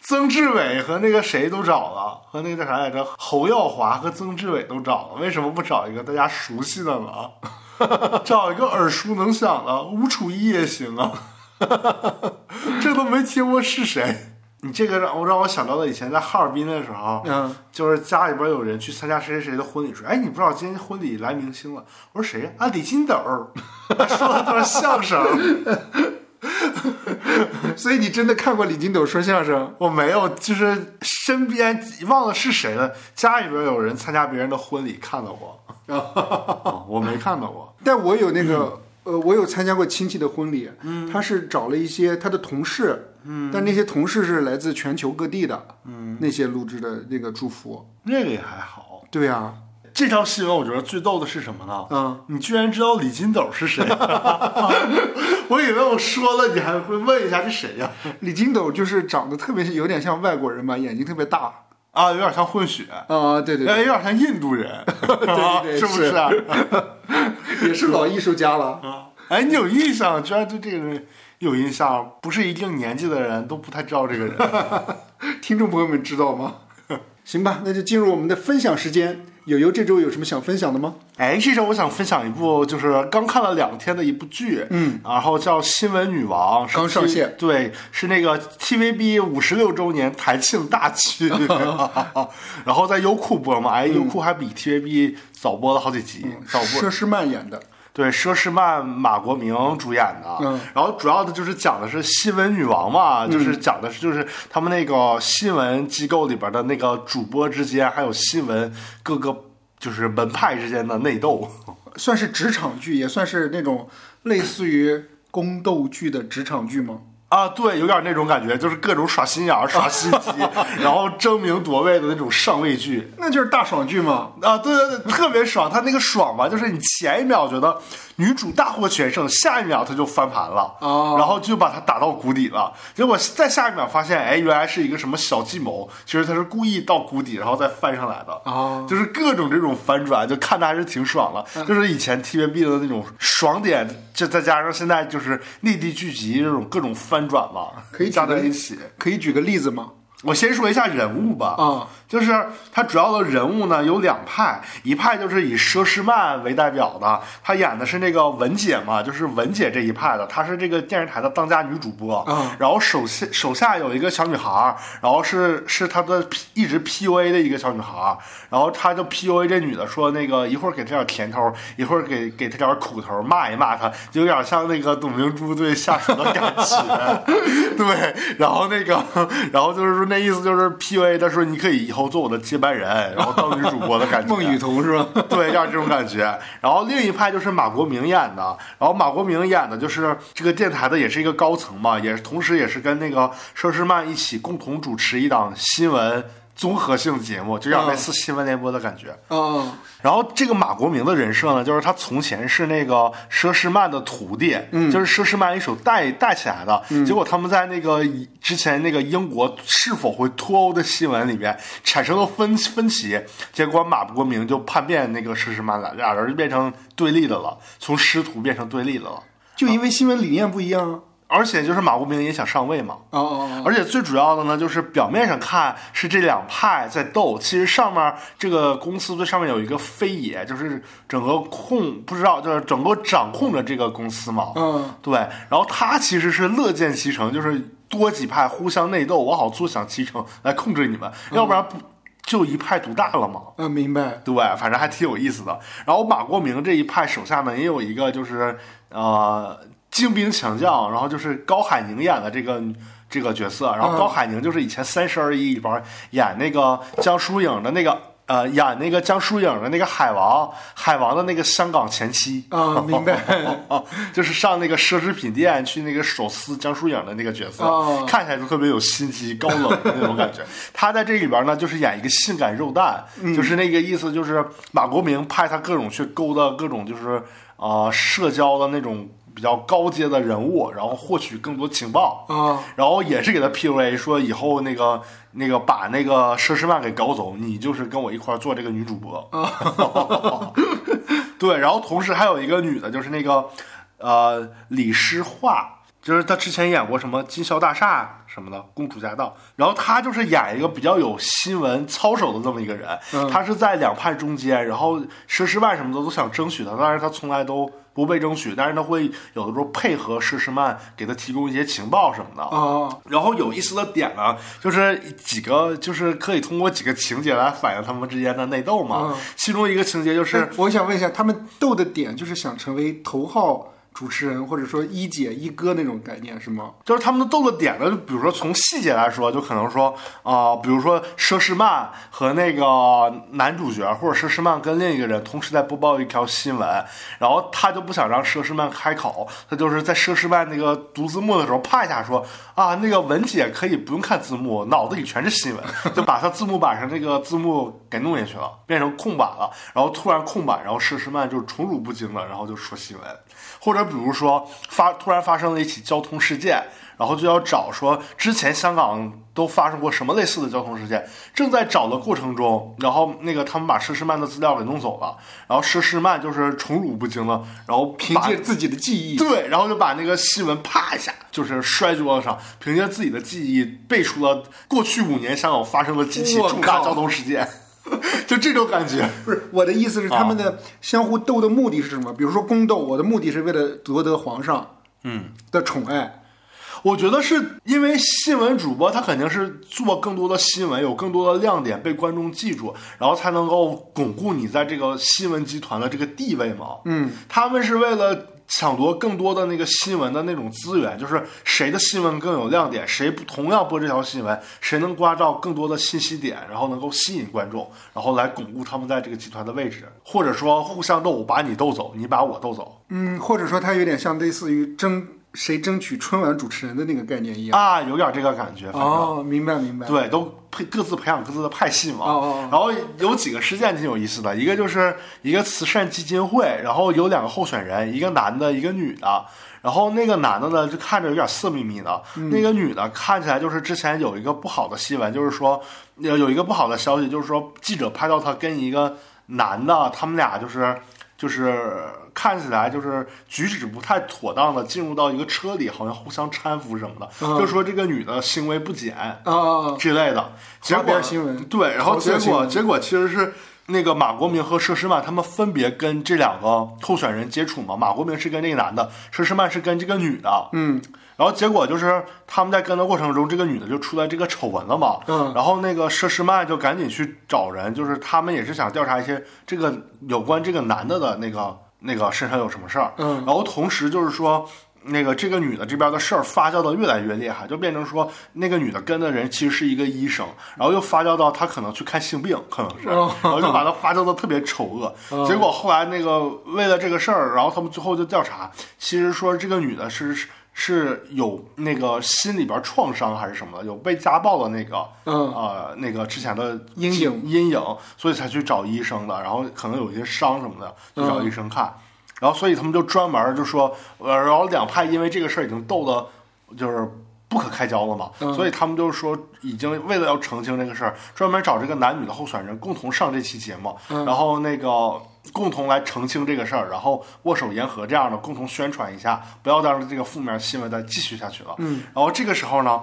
Speaker 2: 曾志伟和那个谁都找了，和那个叫啥来着？侯耀华和曾志伟都找了，为什么不找一个大家熟悉的呢？ 找一个耳熟能详的，吴楚一也行啊。 这都没听过是谁？你这个让我让我想到了以前在哈尔滨的时候，
Speaker 1: 嗯，
Speaker 2: 就是家里边有人去参加谁谁谁的婚礼，说：“哎，你不知道今天婚礼来明星了？”我说：“谁呀、啊，李金斗儿。”说了段相声，
Speaker 1: 嗯所以你真的看过李金斗说相声？
Speaker 2: 我没有，就是身边忘了是谁了，家里边有人参加别人的婚礼看到 过，啊我没看到过。
Speaker 1: 但我有那
Speaker 2: 嗯
Speaker 1: 个、呃，我有参加过亲戚的婚礼，他是找了一些他的同事，
Speaker 2: 嗯
Speaker 1: 但那些同事是来自全球各地的，那些录制的那个祝福。
Speaker 2: 那个也还好。
Speaker 1: 对啊，
Speaker 2: 这条新闻我觉得最逗的是什么呢？
Speaker 1: 嗯，
Speaker 2: 你居然知道李金斗是谁？啊 我以为我说了，你还会问一下是谁呀、
Speaker 1: 李金斗就是长得特别有点像外国人嘛，眼睛特别大啊、
Speaker 2: 啊？有点像混血，哎
Speaker 1: 对对
Speaker 2: 有
Speaker 1: 对，
Speaker 2: 点像印度人，
Speaker 1: 对对
Speaker 2: 是不是 啊？
Speaker 1: 也是老艺术家了。
Speaker 2: 啊哎，你有印象？居然对这个人有印象？不是一定年纪的人都不太知道这个人。
Speaker 1: 听众朋友们知道吗？ 行吧，那就进入我们的分享时间。友友这周有什么想分享的吗？
Speaker 2: 哎，这周我想分享一部，就是刚看了两天的一部剧，嗯，然后叫《新闻女王》，是
Speaker 1: 刚上
Speaker 2: T-
Speaker 1: 线
Speaker 2: 对，是那个 TVB 五十六周年台庆大 剧，然后在优酷播嘛，哎，
Speaker 1: 嗯
Speaker 2: 优酷还比 TVB 早播了好几集，早播
Speaker 1: 佘诗曼演的，
Speaker 2: 对，佘诗曼、马国明主演的，
Speaker 1: 嗯
Speaker 2: 然后主要的就是讲的是新闻女王嘛，就是讲的是就是他们那个新闻机构里边的那个主播之间，还有新闻各个就是门派之间的内斗。
Speaker 1: 算是职场剧，也算是那种类似于宫斗剧的职场剧吗？
Speaker 2: 啊，对，有点那种感觉，就是各种耍心眼儿、耍心机，然后争名夺位的那种上位剧。
Speaker 1: 那就是大爽剧嘛。
Speaker 2: 啊，对对对，特别爽。他那个爽吧，就是你前一秒觉得女主大获全胜，下一秒她就翻盘了，
Speaker 1: 哦
Speaker 2: 然后就把她打到谷底了。结果再下一秒发现，哎，原来是一个什么小计谋，其实她是故意到谷底然后再翻上来的。
Speaker 1: 哦嗯
Speaker 2: 就是各种这种反转，就看的还是挺爽的。就是以前 TVB 的那种爽点，这再加上现在就是内地剧集这种各种翻转吧，
Speaker 1: 可以
Speaker 2: 加
Speaker 1: 举
Speaker 2: 在
Speaker 1: 个例
Speaker 2: 一起。
Speaker 1: 可以举个例子吗？
Speaker 2: 我先说一下人物吧，
Speaker 1: 啊
Speaker 2: 就是他主要的人物呢有两派，一派就是以佘诗曼为代表的，她演的是那个文姐嘛，就是文姐这一派的，她是这个电视台的当家女主播，
Speaker 1: 啊
Speaker 2: 然后手下手下有一个小女孩儿，然后是是她的 P- 一直 PUA 的一个小女孩儿，啊然后她就 PUA 这女的说那个一会儿给她点甜头，一会儿给给她点苦头，骂一骂她，就有点像那个董明珠对下属的感觉，对，然后那个然后就是说那意思就是 PUA 她说你可以以后做我的接班人，然后当女主播的感觉，
Speaker 1: 孟雨桐是吧？
Speaker 2: 对，有点这种感觉。然后另一派就是马国明演的，然后马国明演的就是这个电台的，也是一个高层嘛，也是同时也是跟那个佘诗曼一起共同主持一档新闻综合性节目，就有点类似新闻联播的感觉。
Speaker 1: 啊、
Speaker 2: 然后这个马国明的人设呢，就是他从前是那个佘诗曼的徒弟，就是佘诗曼一手带带起来的。结果他们在那个以之前那个英国是否会脱欧的新闻里面产生了分分歧，结果马国明就叛变那个佘诗曼了，俩人就变成对立的了，从师徒变成对立的了。
Speaker 1: 就因为新闻理念不一样啊。
Speaker 2: 而且就是马国明也想上位嘛，
Speaker 1: 哦哦
Speaker 2: 而且最主要的呢，就是表面上看是这两派在斗，其实上面这个公司最上面有一个飞野，就是整个控不知道，就是整个掌控着这个公司嘛。
Speaker 1: 嗯，
Speaker 2: 对，然后他其实是乐见其成，就是多几派互相内斗，我好坐享其成来控制你们，要不然不就一派独大了吗？
Speaker 1: 啊，明白。
Speaker 2: 对，反正还挺有意思的。然后马国明这一派手下呢，也有一个就是呃精兵强将，然后就是高海宁演的这个这个角色。然后
Speaker 1: 嗯
Speaker 2: 高海宁就是以前《三十而已》里边演那个江疏影的那个呃演那个江疏影的那个海王，海王的那个香港前妻。
Speaker 1: 啊，明白。
Speaker 2: 哦， 就是上那个奢侈品店去那个手撕江疏影的那个角色，
Speaker 1: 哦
Speaker 2: 看起来就特别有心机、高冷的那种感觉。 他在这里边呢，就是演一个性感肉蛋，就是那个意思，就是马国明派他各种去勾搭各种就是呃社交的那种比较高阶的人物，然后获取更多情报。
Speaker 1: 啊，
Speaker 2: 然后也是给他 PUA 说以后那个那个把那个佘诗曼给搞走，你就是跟我一块儿做这个女主播。对，然后同时还有一个女的，就是那个呃李诗画，就是她之前演过什么《金宵大厦》什么的，《公主驾到》，然后她就是演一个比较有新闻操守的这么一个人，她是在两派中间，然后佘诗曼什么的都想争取她，但是她从来都。不被争取，但是她会有的时候配合佘诗曼给她提供一些情报什么的。
Speaker 1: 啊，
Speaker 2: 然后有意思的点呢，就是几个，就是可以通过几个情节来反映他们之间的内斗嘛。其中一个情节就是
Speaker 1: 哎，我想问一下，他们斗的点就是想成为头号主持人，或者说一姐一哥那种概念是吗？
Speaker 2: 就是他们的斗的点呢，就比如说从细节来说，就可能说啊、比如说佘诗曼和那个男主角，或者佘诗曼跟另一个人同时在播报一条新闻，然后他就不想让佘诗曼开口，他就是在佘诗曼那个读字幕的时候啪一下说啊，那个文姐可以不用看字幕，脑子里全是新闻，就把他字幕板上那个字幕给弄进去了，变成空板了，然后突然空板，然后佘诗曼就宠辱不惊了，然后就说新闻。或者比如说发突然发生了一起交通事件，然后就要找说之前香港都发生过什么类似的交通事件，正在找的过程中，然后那个他们把佘诗曼的资料给弄走了，然后佘诗曼就是宠辱不惊了，然后
Speaker 1: 凭
Speaker 2: 把
Speaker 1: 借自己的记忆，
Speaker 2: 对，然后就把那个新闻啪一下就是摔桌子上，凭借自己的记忆背出了过去五年香港发生的几起
Speaker 1: 我
Speaker 2: 重大
Speaker 1: 靠
Speaker 2: 交通事件， 就这种感觉。
Speaker 1: 不是我的意思是
Speaker 2: 啊
Speaker 1: 他们的相互斗的目的是什么？比如说宫斗，我的目的是为了夺得皇上嗯的宠爱，
Speaker 2: 我觉得是因为新闻主播他肯定是做更多的新闻，有更多的亮点被观众记住，然后才能够巩固你在这个新闻集团的这个地位嘛。嗯，他们是为了。抢夺更多的那个新闻的那种资源，就是谁的新闻更有亮点，谁不同样播这条新闻，谁能刮到更多的信息点，然后能够吸引观众，然后来巩固他们在这个集团的位置，或者说互相斗，我把你斗走，你把我斗走
Speaker 1: 嗯，或者说它有点像类似于争谁争取春晚主持人的那个概念一样。
Speaker 2: 啊，有点这个感觉。反正
Speaker 1: 哦，明白明白。
Speaker 2: 对，都配各自培养各自的派系嘛。
Speaker 1: 哦哦
Speaker 2: 然后有几个事件挺有意思的，一个就是一个慈善基金会，然后有两个候选人，一个男的，一个女的。然后那个男的呢，就看着有点色眯眯的，
Speaker 1: 嗯
Speaker 2: 那个女的看起来就是之前有一个不好的新闻，就是说有有一个不好的消息，就是说记者拍到她跟一个男的，他们俩就是。就是看起来就是举止不太妥当的，进入到一个车里，好像互相搀扶什么的，
Speaker 1: 嗯
Speaker 2: 就说这个女的行为不检，
Speaker 1: 啊啊，啊
Speaker 2: 之类的。结
Speaker 1: 花
Speaker 2: 果
Speaker 1: 边新闻
Speaker 2: 对，然后
Speaker 1: 桃色
Speaker 2: 结
Speaker 1: 新
Speaker 2: 果
Speaker 1: 闻
Speaker 2: 结果其实是那个马国明和佘诗曼他们分别跟这两个候选人接触嘛，马国明是跟这个男的，佘诗曼是跟这个女的，
Speaker 1: 嗯，
Speaker 2: 然后结果就是他们在跟的过程中，这个女的就出来这个丑闻了嘛。
Speaker 1: 嗯
Speaker 2: 然后那个佘诗曼就赶紧去找人，就是他们也是想调查一些这个有关这个男的的那个那个身上有什么事儿。
Speaker 1: 嗯
Speaker 2: 然后同时就是说。那个这个女的这边的事儿发酵的越来越厉害，就变成说那个女的跟的人其实是一个医生，然后又发酵到她可能去看性病，可能是，
Speaker 1: 哦
Speaker 2: 然后就把她发酵的特别丑恶。
Speaker 1: 嗯
Speaker 2: 结果后来那个为了这个事儿，然后他们最后就调查，其实说这个女的是是是有那个心里边创伤还是什么的，有被家暴的那个，
Speaker 1: 嗯
Speaker 2: 呃，那个之前的
Speaker 1: 阴
Speaker 2: 记
Speaker 1: 影
Speaker 2: 阴影，所以才去找医生的。然后可能有一些伤什么的，
Speaker 1: 嗯
Speaker 2: 去找医生看。然后所以他们就专门就说，呃，然后两派因为这个事儿已经斗的，就是。不可开交了嘛，
Speaker 1: 嗯
Speaker 2: 所以他们就说已经为了要澄清这个事儿，专门找这个男女的候选人共同上这期节目，
Speaker 1: 嗯
Speaker 2: 然后那个共同来澄清这个事儿，然后握手言和这样的共同宣传一下，不要让这个负面新闻再继续下去了。嗯，然后这个时候呢，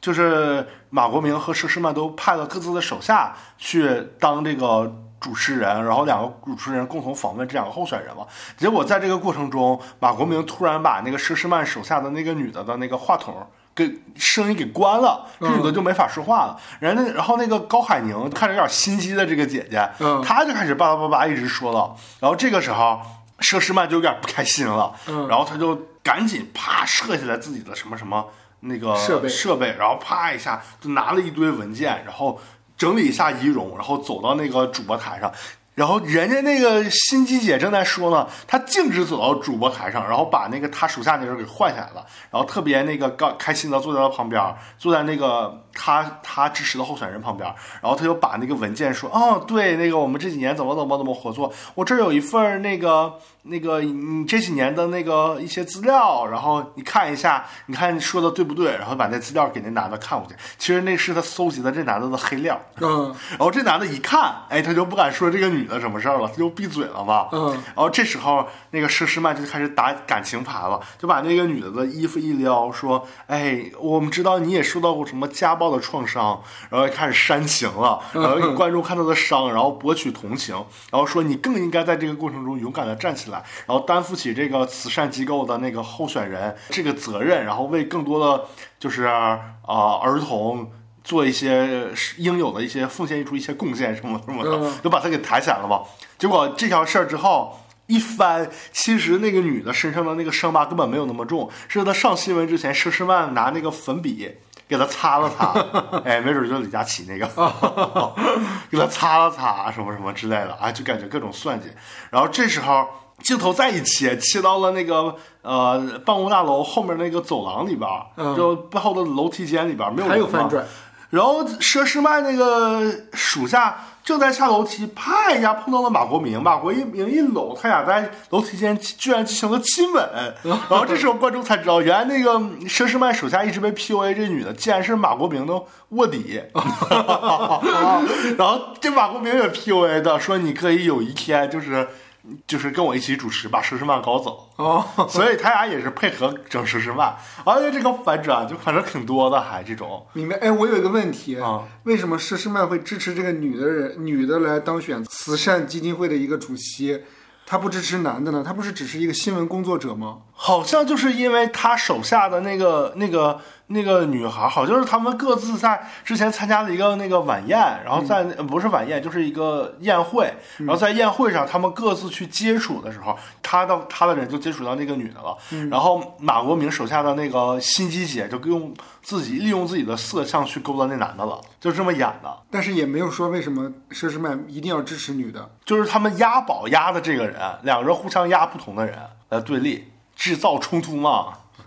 Speaker 2: 就是马国明和佘诗曼都派了各自的手下去当这个主持人，然后两个主持人共同访问这两个候选人嘛。结果在这个过程中，马国明突然把那个佘诗曼手下的那个女的的那个话筒。给声音给关了，
Speaker 1: 嗯
Speaker 2: 这女的就没法说话了。然后那然后那个高海宁看着有点心机的这个姐姐，
Speaker 1: 嗯
Speaker 2: 她就开始叭叭叭叭一直说了。然后这个时候，佘诗曼就有点不开心了，
Speaker 1: 嗯
Speaker 2: 然后她就赶紧啪撤下来自己的什么什么那个
Speaker 1: 设备
Speaker 2: 设备，然后啪一下就拿了一堆文件，然后整理一下仪容，然后走到那个主播台上。然后人家那个心机姐正在说呢，她径直走到主播台上，然后把那个她属下那人给换下来了，然后特别那个高开心的坐在她旁边，坐在那个她她支持的候选人旁边，然后她就把那个文件说，哦，对，那个我们这几年怎么怎么怎么合作，我这儿有一份儿那个那个你这几年的那个一些资料，然后你看一下，你看说的对不对，然后把那资料给那男的看过去，其实那是他搜集的这男的的黑料。
Speaker 1: 嗯
Speaker 2: 然后这男的一看，哎，他就不敢说这个女的什么事儿了，他就闭嘴了嘛。
Speaker 1: 嗯
Speaker 2: 然后这时候那个佘诗曼就开始打感情牌了，就把那个女的的衣服一撩，说：“哎，我们知道你也受到过什么家暴的创伤。”然后开始煽情 了，然后给观众看她的伤，然后博取同情，然后说你更应该在这个过程中勇敢的站起来，然后担负起这个慈善机构的那个候选人这个责任，然后为更多的就是啊、呃儿童。做一些应有的一些奉献出一些贡献什么什么的
Speaker 1: 嗯，
Speaker 2: 就把他给抬起来了嘛。结果这条事儿之后一翻，其实那个女的身上的那个伤疤根本没有那么重，是她上新闻之前，佘诗曼拿那个粉笔给她擦了 擦，哎，没准儿就是李佳琦那个，给她擦了擦什么什么之类的啊，就感觉各种算计。然后这时候。镜头再一切，切到了那个呃办公大楼后面那个走廊里边儿，
Speaker 1: 嗯
Speaker 2: 就背后的楼梯间里边儿没有
Speaker 1: 还有
Speaker 2: 人嘛
Speaker 1: 反转，
Speaker 2: 然后佘诗曼那个属下正在下楼梯，啪一下碰到了马国明，马国明一搂，他俩在楼梯间居然进行了亲吻。然后这时候观众才知道，原来那个佘诗曼手下一直被 PUA 这女的，竟然是马国明的卧底。 然后这马国明也 PUA 的，说你可以有一天就是就是跟我一起主持，把佘诗曼搞走。
Speaker 1: 哦，
Speaker 2: 所以他俩也是配合整佘诗曼，而且这个反转就反正挺多的，还这种。
Speaker 1: 明白。哎，我有一个问题，
Speaker 2: 啊
Speaker 1: 为什么佘诗曼会支持这个女的人女的来当选慈善基金会的一个主席？她不支持男的呢？她不是只是一个新闻工作者吗？
Speaker 2: 好像就是因为他手下的那个那个那个女孩儿，好像是他们各自在之前参加了一个那个晚宴，然后在、呃不是晚宴，就是一个宴会，然后在宴会上他们各自去接触的时候，他的他的人就接触到那个女的了，然后马国明手下的那个心机姐就用自己利用自己的色相去勾搭那男的了，就这么演的。
Speaker 1: 但是也没有说为什么佘诗曼一定要支持女的。
Speaker 2: 就是他们押宝押的这个人，两个人互相押不同的人来对立，制造冲突嘛。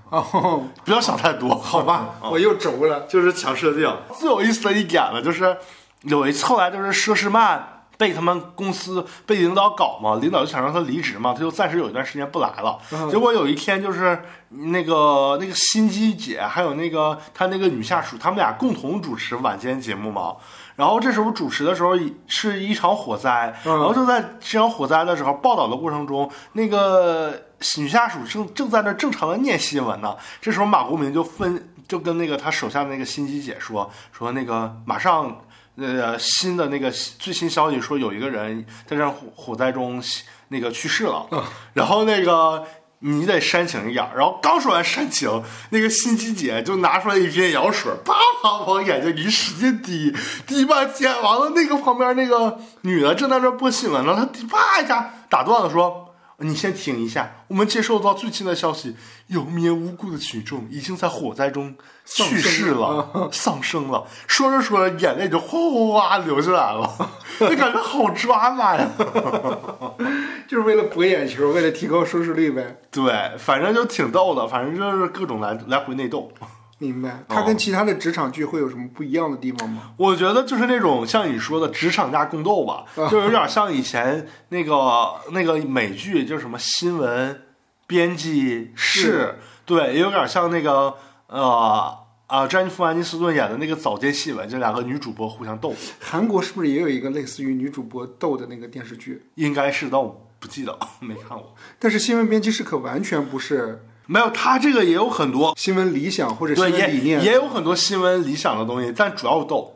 Speaker 1: 哦，
Speaker 2: 不要想太多，好
Speaker 1: 好吧，
Speaker 2: 嗯
Speaker 1: 我又轴了。
Speaker 2: 就是强设定。最有意思的一点呢，就是有一次后来就是佘诗曼被他们公司被领导搞嘛，领导就想让她离职嘛，她就暂时有一段时间不来了。结果有一天就是那个那个心机姐还有那个她那个女下属，他们俩共同主持晚间节目嘛。然后这时候主持的时候是一场火灾，
Speaker 1: 嗯
Speaker 2: 然后就在这场火灾的时候报道的过程中，那个女下属正正在那正常的念新闻呢。这时候马国明就分就跟那个他手下的那个心机姐说说那个马上呃新的那个最新消息说有一个人在这火火灾中那个去世了，然后那个。你得煽情一点儿，然后刚说完煽情，那个心机姐就拿出来一瓶药水，啪啪往眼睛里使劲滴，滴半天，完了那个旁边那个女的正在那播新闻呢，她滴啪一下打断了，说：“呃你先停一下，我们接收到最新的消息，有名无故的群众已经在火灾中去世了，丧生了。”说着说着，眼泪就哗哗哗流下来了，那感觉好抓马呀！
Speaker 1: 就是为了博眼球，为了提高收视率呗。
Speaker 2: 对，反正就挺逗的，反正就是各种来来回内斗。
Speaker 1: 明
Speaker 2: 哦
Speaker 1: 白。它跟其他的职场剧会有什么不一样的地方吗？
Speaker 2: 我觉得就是那种像你说的职场架共斗吧，
Speaker 1: 啊
Speaker 2: 就有点像以前那个 那个美剧，就是什么新闻编辑室
Speaker 1: 是，
Speaker 2: 对，也有点像那个呃啊詹妮弗·安妮斯顿演的那个早间新闻，就两个女主播互相斗，
Speaker 1: 韩国是不是也有一个类似于女主播斗的那个电视剧？
Speaker 2: 应该是，但我不记得， 没看过。
Speaker 1: 但是新闻编辑室可完全不是
Speaker 2: 没有，他这个也有很多，
Speaker 1: 新闻理想或者新
Speaker 2: 对，
Speaker 1: 闻
Speaker 2: 也
Speaker 1: 理念。
Speaker 2: 也有很多新闻理想的东西，但主要斗。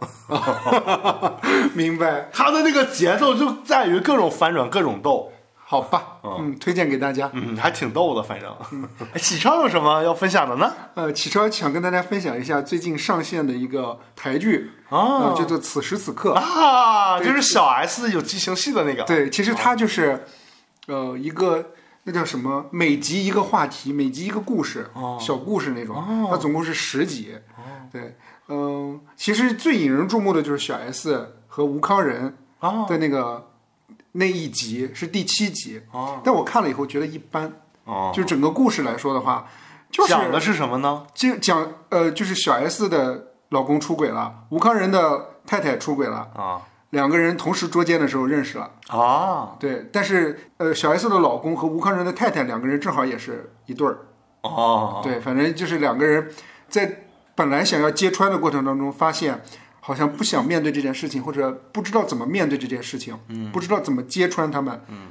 Speaker 1: 明白？
Speaker 2: 他的那个节奏就在于各种反转，各种斗，
Speaker 1: 好吧，嗯，推荐给大家。
Speaker 2: 嗯，还挺逗的，反正。
Speaker 1: 嗯
Speaker 2: 哎启超有什么要分享的呢？
Speaker 1: 呃，启超想跟大家分享一下最近上线的一个台剧
Speaker 2: 哦
Speaker 1: 呃叫做《此时此刻》。
Speaker 2: 啊，就是小 S 有激情戏的那个。
Speaker 1: 对，其实它就是，呃，一个那叫什么，每集一个话题，每集一个故事，
Speaker 2: 哦
Speaker 1: 小故事那种。它总共是十集。对，嗯、其实最引人注目的就是小 S 和吴康仁
Speaker 2: 啊
Speaker 1: 的那个、那一集是第七集，
Speaker 2: 哦
Speaker 1: 但我看了以后觉得一般。
Speaker 2: 哦，
Speaker 1: 就整个故事来说的话，就是
Speaker 2: 讲的是什么呢？
Speaker 1: 就讲呃，就是小 S 的老公出轨了，吴康仁的太太出轨了，
Speaker 2: 啊
Speaker 1: 两个人同时捉奸的时候认识了。
Speaker 2: 啊
Speaker 1: 对，但是呃，小 S 的老公和吴康仁的太太两个人正好也是一对儿，
Speaker 2: 哦，
Speaker 1: 对，反正就是两个人在本来想要揭穿的过程当中，发现好像不想面对这件事情，或者不知道怎么面对这件事情，嗯，不知道怎么揭穿他们，嗯，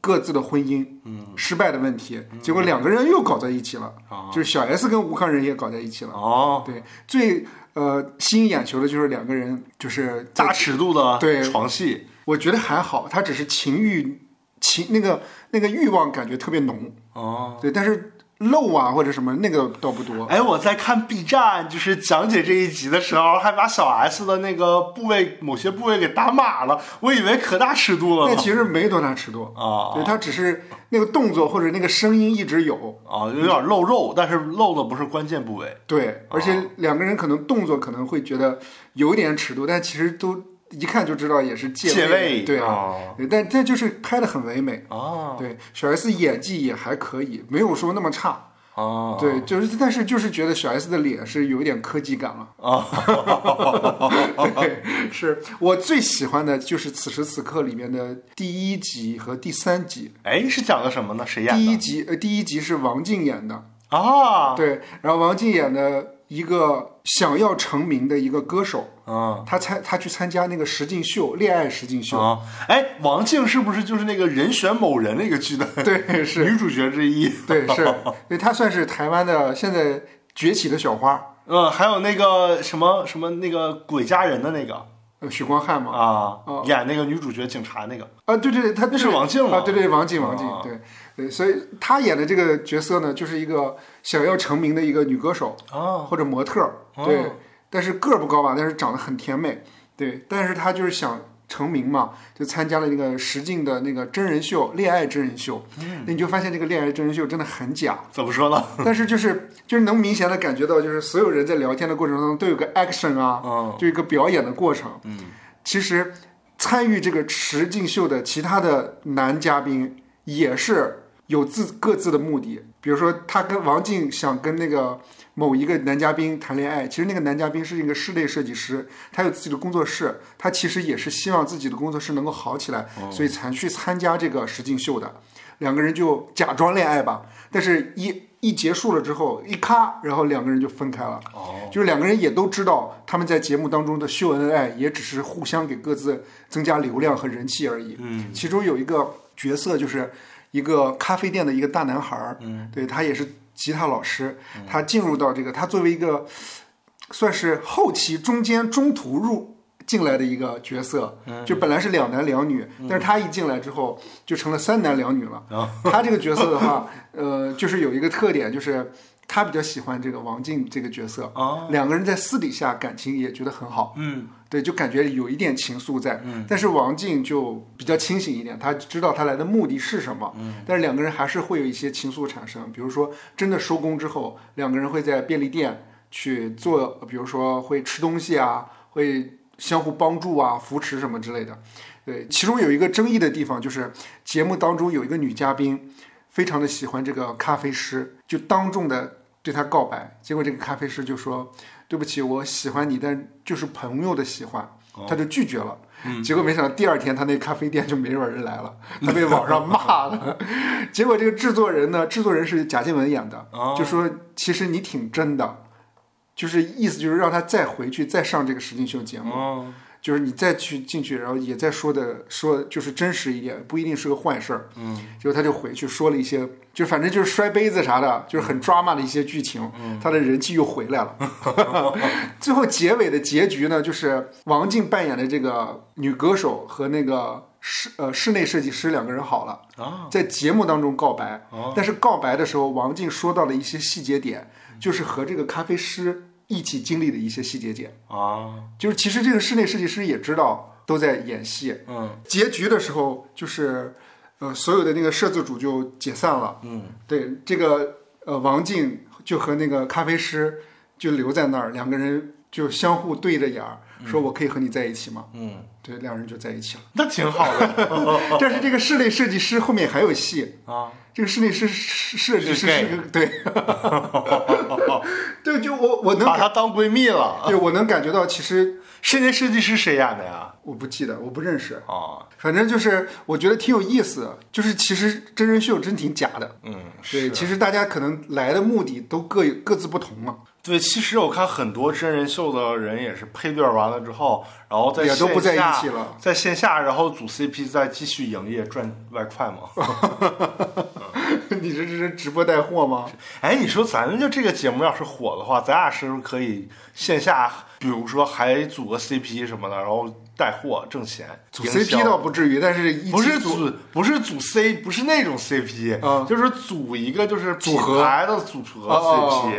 Speaker 1: 各自的婚姻，嗯，失败的问题，结果两个人又搞在一起了，
Speaker 2: 啊
Speaker 1: 就是小 S 跟吴康仁也搞在一起了，
Speaker 2: 哦，
Speaker 1: 对，最呃吸引眼球的就是两个人就是在
Speaker 2: 大尺度的
Speaker 1: 对
Speaker 2: 床戏
Speaker 1: 我觉得还好，他只是情欲情那个那个欲望感觉特别浓，
Speaker 2: 哦。
Speaker 1: 对，但是漏啊或者什么那个倒不多。
Speaker 2: 哎，我在看 B 站，就是讲解这一集的时候，还把小 S 的那个部位某些部位给打码了，我以为可大尺度了
Speaker 1: 但
Speaker 2: 呢。
Speaker 1: 其实没多大尺度，
Speaker 2: 啊
Speaker 1: 对，他只是那个动作或者那个声音一直有，
Speaker 2: 啊，有点露肉，但是露的不是关键部位。
Speaker 1: 对，而且两个人可能动作可能会觉得有点尺度，但其实都一看就知道也是借
Speaker 2: 借
Speaker 1: 的
Speaker 2: 位
Speaker 1: 对
Speaker 2: 哦
Speaker 1: 啊，对但但就是拍的很唯美，
Speaker 2: 啊
Speaker 1: 对，小 S 演技也还可以，没有说那么差，
Speaker 2: 啊
Speaker 1: 对，就是但是就是觉得小 S 的脸是有一点科技感了。
Speaker 2: 啊！
Speaker 1: 对，是我最喜欢的就是此时此刻里面的第一集和第三集。
Speaker 2: 哎，是讲的什么呢？谁演的？
Speaker 1: 第一集，呃，第一集是王静演的，
Speaker 2: 啊，
Speaker 1: 对，然后王静演的一个想要成名的一个歌手，
Speaker 2: 嗯
Speaker 1: 他参他去参加那个实境秀，恋爱实境秀，
Speaker 2: 啊，哎，王静是不是就是那个人选某人那个剧的
Speaker 1: 对，是，
Speaker 2: 女主角之一？
Speaker 1: 对， 是，对，他算是台湾的现在崛起的小花，
Speaker 2: 嗯，还有那个什么什么那个鬼家人的那个
Speaker 1: 呃，许光汉嘛，
Speaker 2: 啊
Speaker 1: 哦，
Speaker 2: 演那个女主角警察那个
Speaker 1: 啊，对对对，他
Speaker 2: 那是王静吗
Speaker 1: 啊，对对，王静，王静
Speaker 2: 啊，
Speaker 1: 对对，所以他演的这个角色呢，就是一个想要成名的一个女歌手
Speaker 2: 啊
Speaker 1: 或者模特儿，对，但是个儿不高吧，但是长得很甜美，对，但是她就是想成名嘛，就参加了那个实境的那个真人秀，恋爱真人秀，
Speaker 2: 嗯
Speaker 1: 那你就发现这个恋爱真人秀真的很假，
Speaker 2: 怎么说呢？
Speaker 1: 但是就是就是能明显的感觉到，就是所有人在聊天的过程当中都有个 action 啊，
Speaker 2: 嗯
Speaker 1: 就一个表演的过程。嗯，其实参与这个实境秀的其他的男嘉宾也是有自各自的目的，比如说他跟王静想跟那个某一个男嘉宾谈恋爱，其实那个男嘉宾是一个室内设计师，他有自己的工作室，他其实也是希望自己的工作室能够好起来，所以才去参加这个实境秀的。两个人就假装恋爱吧，但是一一结束了之后，一咔，然后两个人就分开了。
Speaker 2: 哦，
Speaker 1: 就是两个人也都知道，他们在节目当中的秀恩爱，也只是互相给各自增加流量和人气而已。
Speaker 2: 嗯，
Speaker 1: 其中有一个角色就是一个咖啡店的一个大男孩儿，嗯，对他也是吉他老师，
Speaker 2: 嗯
Speaker 1: 他进入到这个，他作为一个算是后期、中间、中途入进来的一个角色，
Speaker 2: 嗯
Speaker 1: 就本来是两男两女，但是他一进来之后就成了三男两女了。
Speaker 2: 哦
Speaker 1: 他这个角色的 话，呃，就是有一个特点，就是他比较喜欢这个王静这个角色，
Speaker 2: 哦
Speaker 1: 两个人在私底下感情也觉得很好，
Speaker 2: 嗯，
Speaker 1: 对，就感觉有一点情愫在。但是王静就比较清醒一点，他知道他来的目的是什么。但是两个人还是会有一些情愫产生，比如说真的收工之后，两个人会在便利店去做，比如说会吃东西啊，会相互帮助啊、扶持什么之类的。对，其中有一个争议的地方就是节目当中有一个女嘉宾，非常的喜欢这个咖啡师，就当众的对他告白，结果这个咖啡师就说：“对不起，我喜欢你，但就是朋友的喜欢。”他就拒绝了。结果没想到第二天他那咖啡店就没有人来了，他被网上骂了。结果这个制作人呢，制作人是贾静雯演的，
Speaker 2: 哦
Speaker 1: 就说其实你挺真的，就是意思就是让他再回去再上这个实境秀节目，
Speaker 2: 嗯
Speaker 3: 哦，
Speaker 1: 就是你再去进去，然后也再说的说就是真实一点，不一定是个坏事儿。嗯，结果他就回去说了一些，就反正就是摔杯子啥的，就是很抓马的一些剧情。嗯，他的人气又回来 了。最后结尾的结局呢，就是王静扮演的这个女歌手和那个室呃室内设计师两个人好了，
Speaker 3: 啊
Speaker 1: 在节目当中告白
Speaker 3: 哦，
Speaker 1: 但是告白的时候，王静说到了一些细节点，
Speaker 3: 嗯
Speaker 1: 就是和这个咖啡师一起经历的一些细节点。
Speaker 3: 啊，
Speaker 1: 就是其实这个室内设计师也知道都在演戏。
Speaker 3: 嗯
Speaker 1: 结局的时候，就是呃，所有的那个摄制组就解散了。
Speaker 3: 嗯，
Speaker 1: 对，这个呃，王静就和那个咖啡师就留在那儿，两个人就相互对着眼儿，说我可以和你在一起吗？
Speaker 3: 嗯，
Speaker 1: 对，两人就在一起了。
Speaker 2: 那挺好 的。
Speaker 1: 但是这个室内设计师后面还有戏，
Speaker 3: 啊，
Speaker 1: 这个室内设设计师
Speaker 3: 是
Speaker 1: 是
Speaker 3: gay
Speaker 1: 个对，对，就我我能
Speaker 2: 把
Speaker 1: 感
Speaker 2: 她当闺蜜了。
Speaker 1: 对我能感觉到，其实
Speaker 2: 室内设计师谁演的呀？哦
Speaker 1: 我不记得，我不认识。
Speaker 3: 啊，
Speaker 1: 反正就是我觉得挺有意思的，就是其实真人秀真挺假的。
Speaker 3: 嗯，
Speaker 1: 对，其实大家可能来的目的都各有各自不同嘛，
Speaker 2: 对，其实我看很多真人秀的人也是配对完了之后，然后在
Speaker 1: 也都不在
Speaker 2: 线下
Speaker 1: 一起了，
Speaker 2: 在线下然后组 CP 再继续营业赚外快嘛。
Speaker 1: 你这这是直播带货吗？
Speaker 2: 哎，你说咱们就这个节目要是火的话，咱俩是不是可以线下，比如说还组个 CP 什么的，然后带货挣钱？
Speaker 1: 组
Speaker 2: 营销
Speaker 1: CP 倒不至于，但是一起
Speaker 2: 不是
Speaker 1: 组
Speaker 2: 组不是组 C 不是那种 CP，、
Speaker 1: 啊
Speaker 2: 就是组一个就是
Speaker 1: 组合
Speaker 2: 品牌的组合
Speaker 1: 哦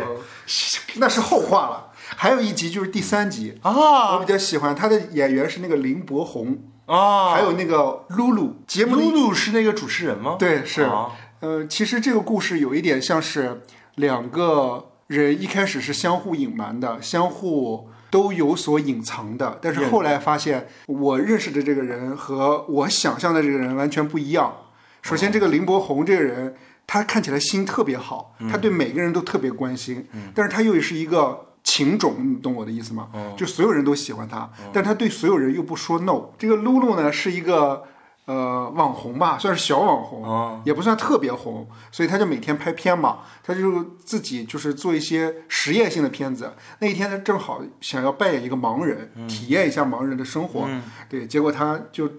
Speaker 2: CP、
Speaker 1: 那是后话了。还有一集就是第三集，
Speaker 2: 啊
Speaker 1: 我比较喜欢他的演员是那个林柏宏，
Speaker 2: 啊啊！
Speaker 1: 还有那个露露。节目的
Speaker 2: 露露是那个主持人吗？
Speaker 1: 对，是，
Speaker 2: 啊
Speaker 1: 呃，其实这个故事有一点像是两个人一开始是相互隐瞒的，相互都有所隐藏的，但是后来发现我认识的这个人和我想象的这个人完全不一样。首
Speaker 2: 哦
Speaker 1: 先，这个林柏宏这个人，他看起来心特别好，他对每个人都特别关心，
Speaker 2: 嗯
Speaker 1: 但是他又是一个。情种，你懂我的意思吗？
Speaker 2: 哦
Speaker 1: 就所有人都喜欢他，但他对所有人又不说 no。这个露露呢，是一个呃网红吧，算是小网红，也不算特别红，所以他就每天拍片嘛，他就自己就是做一些实验性的片子。那一天他正好想要扮演一个盲人，体验一下盲人的生活，对，结果他就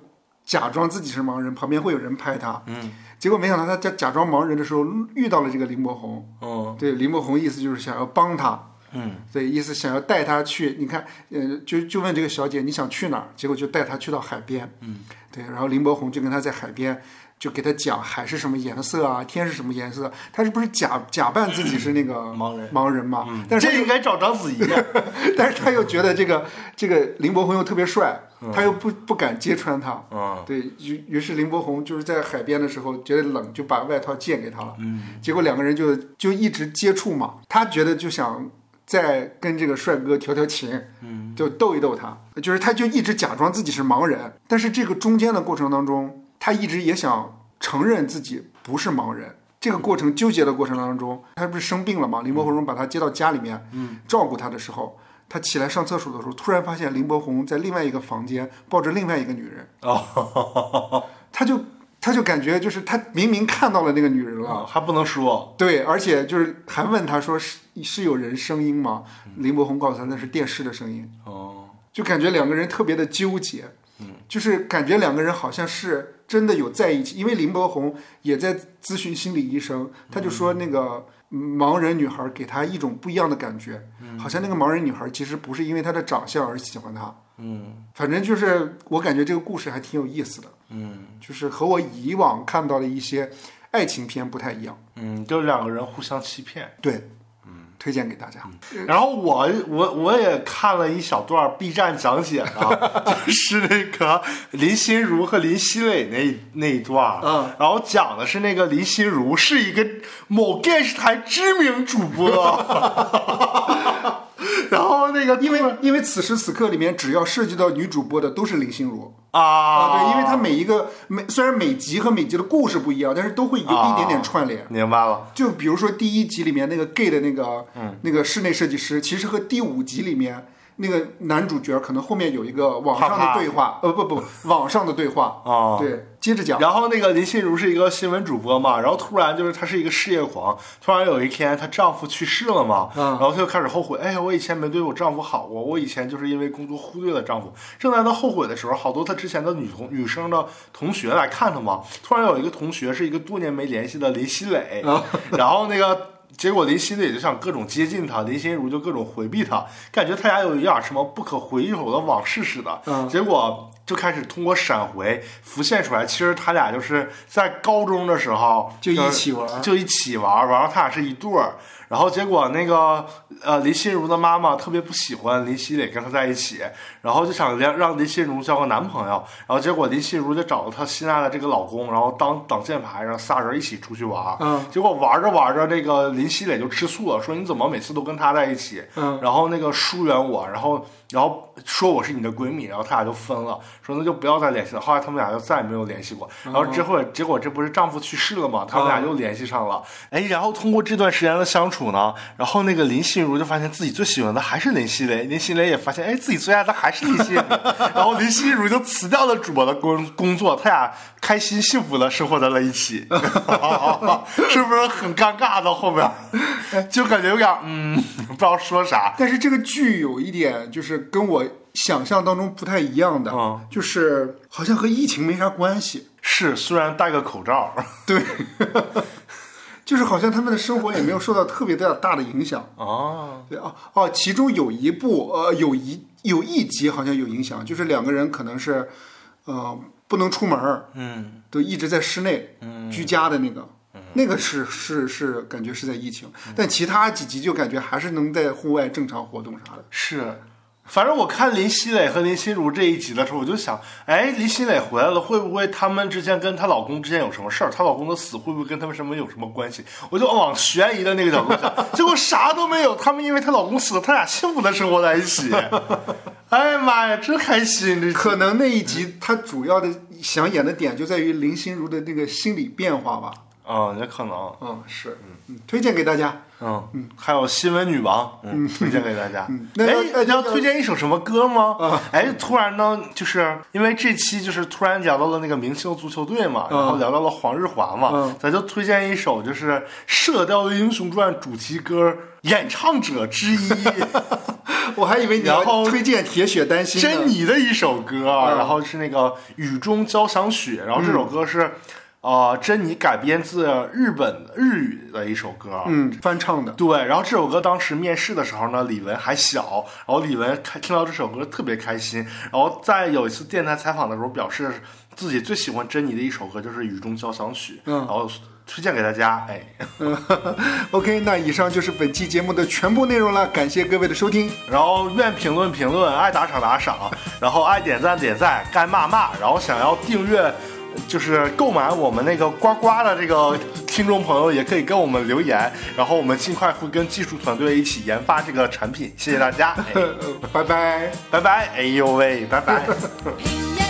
Speaker 1: 假装自己是盲人，旁边会有人拍他，嗯，结果没想到他假假装盲人的时候遇到了这个林柏宏，
Speaker 3: 嗯
Speaker 1: 对，林柏宏意思就是想要帮他，哦嗯，对，意思想要带他去。你看，呃，就就问这个小姐你想去哪儿，结果就带她去到海边，嗯，对，然后林柏宏就跟她在海边。就给她讲海是什么颜色啊，天是什么颜色？她是不是假假扮自己是那个
Speaker 2: 盲人
Speaker 1: 嗯盲人嗯嘛？但是她
Speaker 2: 这应该找章子怡啊。
Speaker 1: 但是他又觉得这个这个林柏宏又特别帅，他又不不敢揭穿他。
Speaker 3: 嗯
Speaker 1: 对于于是林柏宏就是在海边的时候觉得冷，就把外套借给他了。嗯，结果两个人就就一直接触嘛，他觉得就想再跟这个帅哥调调情，嗯，就逗一逗他，就是他就一直假装自己是盲人，但是这个中间的过程当中，他一直也想承认自己不是盲人。这个过程纠结的过程当中，他不是生病了吗？林柏宏把他接到家里面，嗯，照顾他的时候，他起来上厕所的时候，突然发现林柏宏在另外一个房间抱着另外一个女人，
Speaker 3: 哦，
Speaker 1: 他就他就感觉就是他明明看到了那个女人了，
Speaker 2: 啊，还不能说
Speaker 1: 对，而且就是还问他说是是有人声音吗？林柏宏告诉他那是电视的声音，
Speaker 3: 哦，
Speaker 1: 就感觉两个人特别的纠结，嗯，就是感觉两个人好像是真的有在一起，因为林柏宏也在咨询心理医生，他就说那个盲人女孩给他一种不一样的感觉，好像那个盲人女孩其实不是因为她的长相而喜欢他，嗯，反正就是我感觉这个故事还挺有意思的，嗯，就是和我以往看到的一些爱情片不太一样，
Speaker 2: 嗯，就两个人互相欺骗。
Speaker 1: 对，嗯，推荐给大家，
Speaker 2: 然后我我我也看了一小段儿 B 站讲解 的，就是那个林心如和林熙蕾那那一段儿，
Speaker 1: 嗯
Speaker 2: 然后讲的是那个林心如 啊是一个某电视台知名主播，然后那个
Speaker 1: 因为因为此时此刻里面只要涉及到女主播的都是林心如
Speaker 2: 啊，
Speaker 1: 对，因为她每一个每虽然每集和每集的故事不一样，但是都会有一点
Speaker 2: 哦
Speaker 1: 点串联。
Speaker 2: 明白了，
Speaker 1: 就比如说第一集里面那个 gay 的那个、
Speaker 2: 嗯
Speaker 1: 那个室内设计师，其实和第五集里面那个男主角可能后面有一个网上
Speaker 2: 啪
Speaker 1: 的
Speaker 2: 啪
Speaker 1: 对话，呃不不不，网上的对话。
Speaker 2: 哦
Speaker 1: 对，接着讲。
Speaker 2: 然后那个林心如是一个新闻主播嘛，然后突然就是她是一个事业狂，突然有一天她丈夫去世了嘛，
Speaker 1: 嗯
Speaker 2: 然后她就开始后悔，哎呀，我以前没对我丈夫好过，我以前就是因为工作忽略了丈夫。正在她后悔的时候，好多她之前的女同女生的同学来看她嘛，突然有一个同学是一个多年没联系的林熙蕾，
Speaker 1: 嗯
Speaker 2: 然后那个。结果林心蕾就想各种接近她，林心如就各种回避她，感觉他俩有一点什么不可回首的往事似的。
Speaker 1: 嗯
Speaker 2: 结果就开始通过闪回浮现出来，其实他俩就是在高中的时候
Speaker 1: 就一
Speaker 2: 是
Speaker 1: 起玩儿
Speaker 2: 就一起玩儿，玩儿他俩是一对儿。然后结果那个呃林心如的妈妈特别不喜欢林熙蕾跟她在一起，然后就想让让林心如交个男朋友，然后结果林心如就找了她心爱的这个老公，然后当挡箭牌，然后仨人一起出去玩儿。
Speaker 1: 嗯
Speaker 2: 结果玩着玩着，这个林熙蕾就吃醋了，说你怎么每次都跟他在一起？
Speaker 1: 嗯
Speaker 2: 然后那个疏远我，然后然后说我是你的闺蜜，然后他俩就分了，说那就不要再联系了。后来他们俩就再也没有联系过。然后之后结果这不是丈夫去世了嘛，他们俩又联系上了。嗯哎，然后通过这段时间的相处呢，然后那个林心如就发现自己最喜欢的还是林熙蕾，林熙蕾也发现哎自己最爱的还是林心如，然后林心如就辞掉了主播的工工作，他俩开心幸福的生活在了一起， 是不是很尴尬？到后面就感觉有点嗯不知道说啥。
Speaker 1: 但是这个剧有一点就是跟我想象当中不太一样的，
Speaker 2: 嗯
Speaker 1: 就是好像和疫情没啥关系。
Speaker 2: 是，虽然戴个口罩，
Speaker 1: 对，就是好像他们的生活也没有受到特别的大的影响。
Speaker 2: 哦，
Speaker 1: 对哦哦，其中有一部呃有一有一集好像有影响，就是两个人可能是呃不能出门儿，
Speaker 2: 嗯，
Speaker 1: 都一直在室内、居家的那个。那个是是是，感觉是在疫情，
Speaker 2: 嗯
Speaker 1: 但其他几集就感觉还是能在户外正常活动啥的。
Speaker 2: 是。反正我看林熙蕾和林心如这一集的时候，我就想，哎，林心蕾回来了，会不会他们之间跟她老公之间有什么事儿？她老公的死会不会跟他们什么有什么关系？我就往悬疑的那个角度想， 结果啥都没有。他们因为她老公死了，他俩幸福的生活在一起。 哎呀妈呀，真开心！这
Speaker 1: 可能那一
Speaker 2: 嗯
Speaker 1: 集他主要的想演的点就在于林心如的那个心理变化吧。
Speaker 2: 啊，也可能，
Speaker 1: 嗯，是，嗯，推荐给大家。
Speaker 2: 嗯，还有新闻女王，嗯，推荐给大家。
Speaker 1: 那
Speaker 2: 哎
Speaker 1: 要，
Speaker 2: 你要
Speaker 1: 那嗯要
Speaker 2: 推荐一首什么歌吗？哎，突然呢，就是因为这期就是突然聊到了那个明星足球队嘛，然后聊到了黄日华嘛
Speaker 1: 嗯，
Speaker 2: 咱就推荐一首就是《射雕英雄传》主题歌演唱者 之一
Speaker 1: 我还以为你
Speaker 2: 然后
Speaker 1: 要推荐《铁血丹心》
Speaker 2: 珍
Speaker 1: 呢。
Speaker 2: 妮的一首歌
Speaker 1: 嗯
Speaker 2: 啊，然后是那个《雨中交响曲》，然后这首歌是。啊、珍妮改编自日本日语的一首歌，啊
Speaker 1: 嗯，翻唱的。
Speaker 2: 对，然后这首歌当时面试的时候呢，李玟还小，然后李玟开听到这首歌特别开心，然后在有一次电台采访的时候表示自己最喜欢珍妮的一首歌就是《雨中交响曲》，然后推荐给大家，哎，
Speaker 1: OK，那以上就是本期节目的全部内容了，感谢各位的收听。
Speaker 2: 然后愿评论评论，爱打赏打赏， 然后爱点赞点赞，该骂骂，然后想要订阅。就是购买我们那个呱呱的这个听众朋友也可以跟我们留言，然后我们尽快会跟技术团队一起研发这个产品。谢谢大家，哎
Speaker 1: 呃，拜拜。
Speaker 2: 拜拜，哎呦喂，拜拜。
Speaker 3: 平原